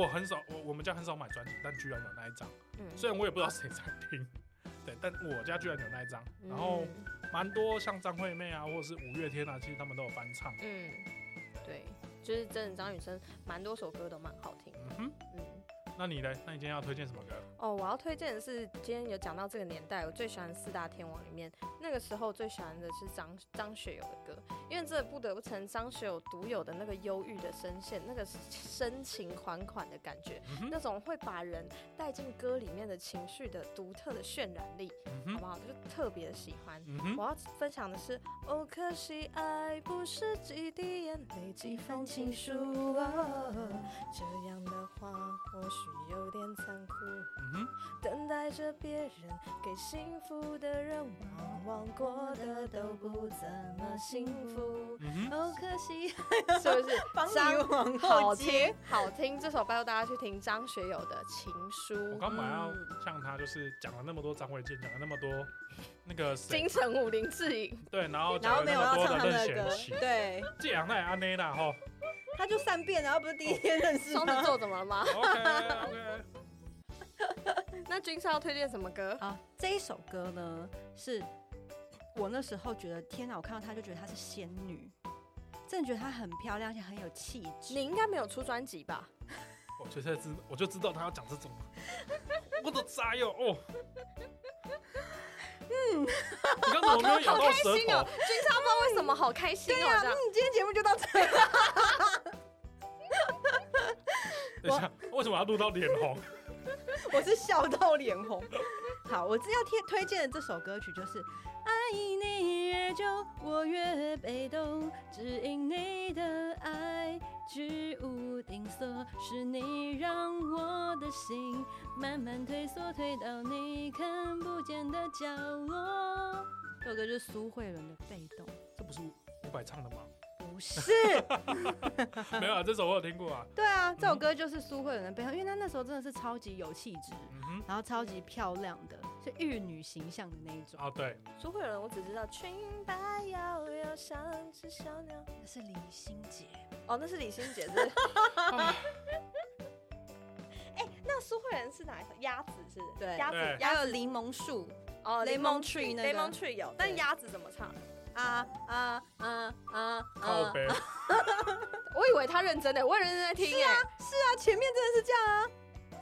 Speaker 1: 我很少，我我们家很少买专辑，但居然有那一张，
Speaker 3: 嗯
Speaker 1: 虽然我也不知道谁在听， 对，但我家居然有那一张，然后
Speaker 2: 嗯
Speaker 1: 蛮多像张惠妹啊，或者是五月天啊，其实他们都有翻唱。
Speaker 3: 嗯，对，就是真的张雨生蛮多首歌都蛮好听的。
Speaker 1: 嗯哼，
Speaker 3: 嗯，
Speaker 1: 那你呢？那你今天要推荐什么歌？
Speaker 3: 哦，我要推荐的是今天有讲到这个年代，我最喜欢四大天王里面，那个时候最喜欢的是张张学友的歌，因为这不得不承张学友独有的那个忧郁的声线，那个深情款款的感觉，
Speaker 1: 嗯哼，
Speaker 3: 那种会把人带进歌里面的情绪的独特的渲染力，
Speaker 1: 嗯哼，
Speaker 3: 好不好？就是特别喜欢。
Speaker 1: 嗯哼，
Speaker 3: 我要分享的是，哦，可惜爱不是几滴眼泪，几封情书哦，这样的话或许有点残酷。
Speaker 1: 嗯哼，。
Speaker 3: 等待着别人给幸福的人，往往过得都不怎么幸福
Speaker 1: 嗯哼，
Speaker 2: 好可惜，
Speaker 3: 是 不是？
Speaker 2: 帮你
Speaker 3: 张
Speaker 2: 往
Speaker 3: 好
Speaker 2: 后接
Speaker 3: 听， 好听！这首拜托大家去听张学友的《情书
Speaker 1: 我》。刚本来要
Speaker 2: 嗯
Speaker 1: 像他，就是讲了那么多张卫健，讲了那么多那个谁
Speaker 3: 金，城武、林志 颖，
Speaker 1: 对，然后
Speaker 2: 然
Speaker 1: 讲
Speaker 2: 后
Speaker 1: 了
Speaker 2: 没
Speaker 1: 那
Speaker 2: 有要
Speaker 1: 么多
Speaker 2: 唱他
Speaker 1: 任
Speaker 2: 们的
Speaker 1: 贤
Speaker 2: 歌
Speaker 1: 齐，，
Speaker 2: 对，
Speaker 1: 这两代安内啦吼。
Speaker 2: 他就善变，然后不是第一天认识
Speaker 3: 双 子
Speaker 2: 他，
Speaker 3: 座怎么了吗？
Speaker 1: OK OK，
Speaker 3: 那君是要推荐什么歌？
Speaker 2: 啊，这一首歌呢，是我那时候觉得，天啊哪！我看到她就觉得她是仙女，真的觉得她很漂亮，而且很有气质。
Speaker 3: 你应该没有出专辑吧？
Speaker 1: 我就在知，我就知道他要讲这种，我的渣哟 哦。嗯，你刚怎么没有咬
Speaker 3: 好
Speaker 1: 到
Speaker 3: 开
Speaker 1: 舌
Speaker 3: 心哦！
Speaker 1: 头？
Speaker 3: 君超不知道为什么好开心哦，
Speaker 2: 呀、
Speaker 3: 这样
Speaker 2: 嗯，今天节目就到这里。
Speaker 1: 等一下，为什么要录到脸红？
Speaker 2: 我是笑到脸红。好，我这要贴推荐的这首歌曲就是《爱你越久我越被动》，只因你的爱居无定所，是你让我的心慢慢退缩，退到你看不见的角落。这首歌就是苏慧伦的《被动
Speaker 1: 这不是伍佰唱的 吗？》，
Speaker 2: 不是？
Speaker 1: 没有啊，这首我有听过啊。
Speaker 2: 对啊，这首歌就是苏慧伦的《被动》，因为她那时候真的是超级有气质，
Speaker 1: 嗯哼，
Speaker 2: 然后超级漂亮的，是玉女形象的那一种。
Speaker 1: 哦对，
Speaker 3: 苏慧伦，我只知道裙摆摇摇像只小鸟。
Speaker 2: 那是李心洁。
Speaker 3: 哦，那是李心洁，是不 是
Speaker 1: 啊
Speaker 3: 那苏慧伦是哪一首？鸭子是不是？
Speaker 2: 对
Speaker 3: 鸭
Speaker 1: 对
Speaker 3: 子，鸭
Speaker 2: 还有柠檬树
Speaker 3: 哦
Speaker 2: Lemon Tree 那个
Speaker 3: Lemon Tree 有，但
Speaker 2: 对
Speaker 3: 鸭子怎么唱？
Speaker 2: 啊啊啊啊
Speaker 1: 靠
Speaker 2: 啊！
Speaker 1: 北。
Speaker 3: 我以为他认真的，我也认真在听耶。
Speaker 2: 啊，前面真的是这样啊，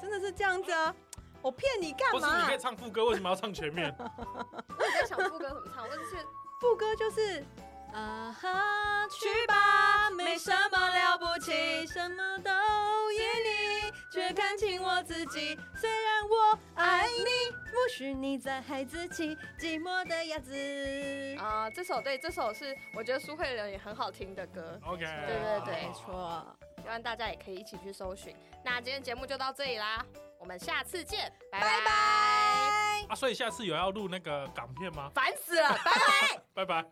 Speaker 2: 真的是这样子啊！我骗你干
Speaker 1: 不是，你
Speaker 2: 嘛
Speaker 1: 可以？唱副歌，为什么要唱前面？
Speaker 3: 我也在想副歌怎么唱，我只是
Speaker 2: 副歌就是啊哈，去吧，没什么了不起，什么都依你，却看清我自己。虽然我爱你，不许你再孩子气，寂寞的鸭子。
Speaker 3: 啊，这首对，这首是我觉得苏慧伦也很好听的歌，
Speaker 1: OK，
Speaker 3: 对 对对
Speaker 2: 没错，
Speaker 3: 希望大家也可以一起去搜寻。那今天节目就到这里啦，我们下次见，拜
Speaker 2: 拜拜。
Speaker 1: 啊，所以下次有要录那个港片吗？
Speaker 3: 烦死了，拜拜。
Speaker 1: 拜拜。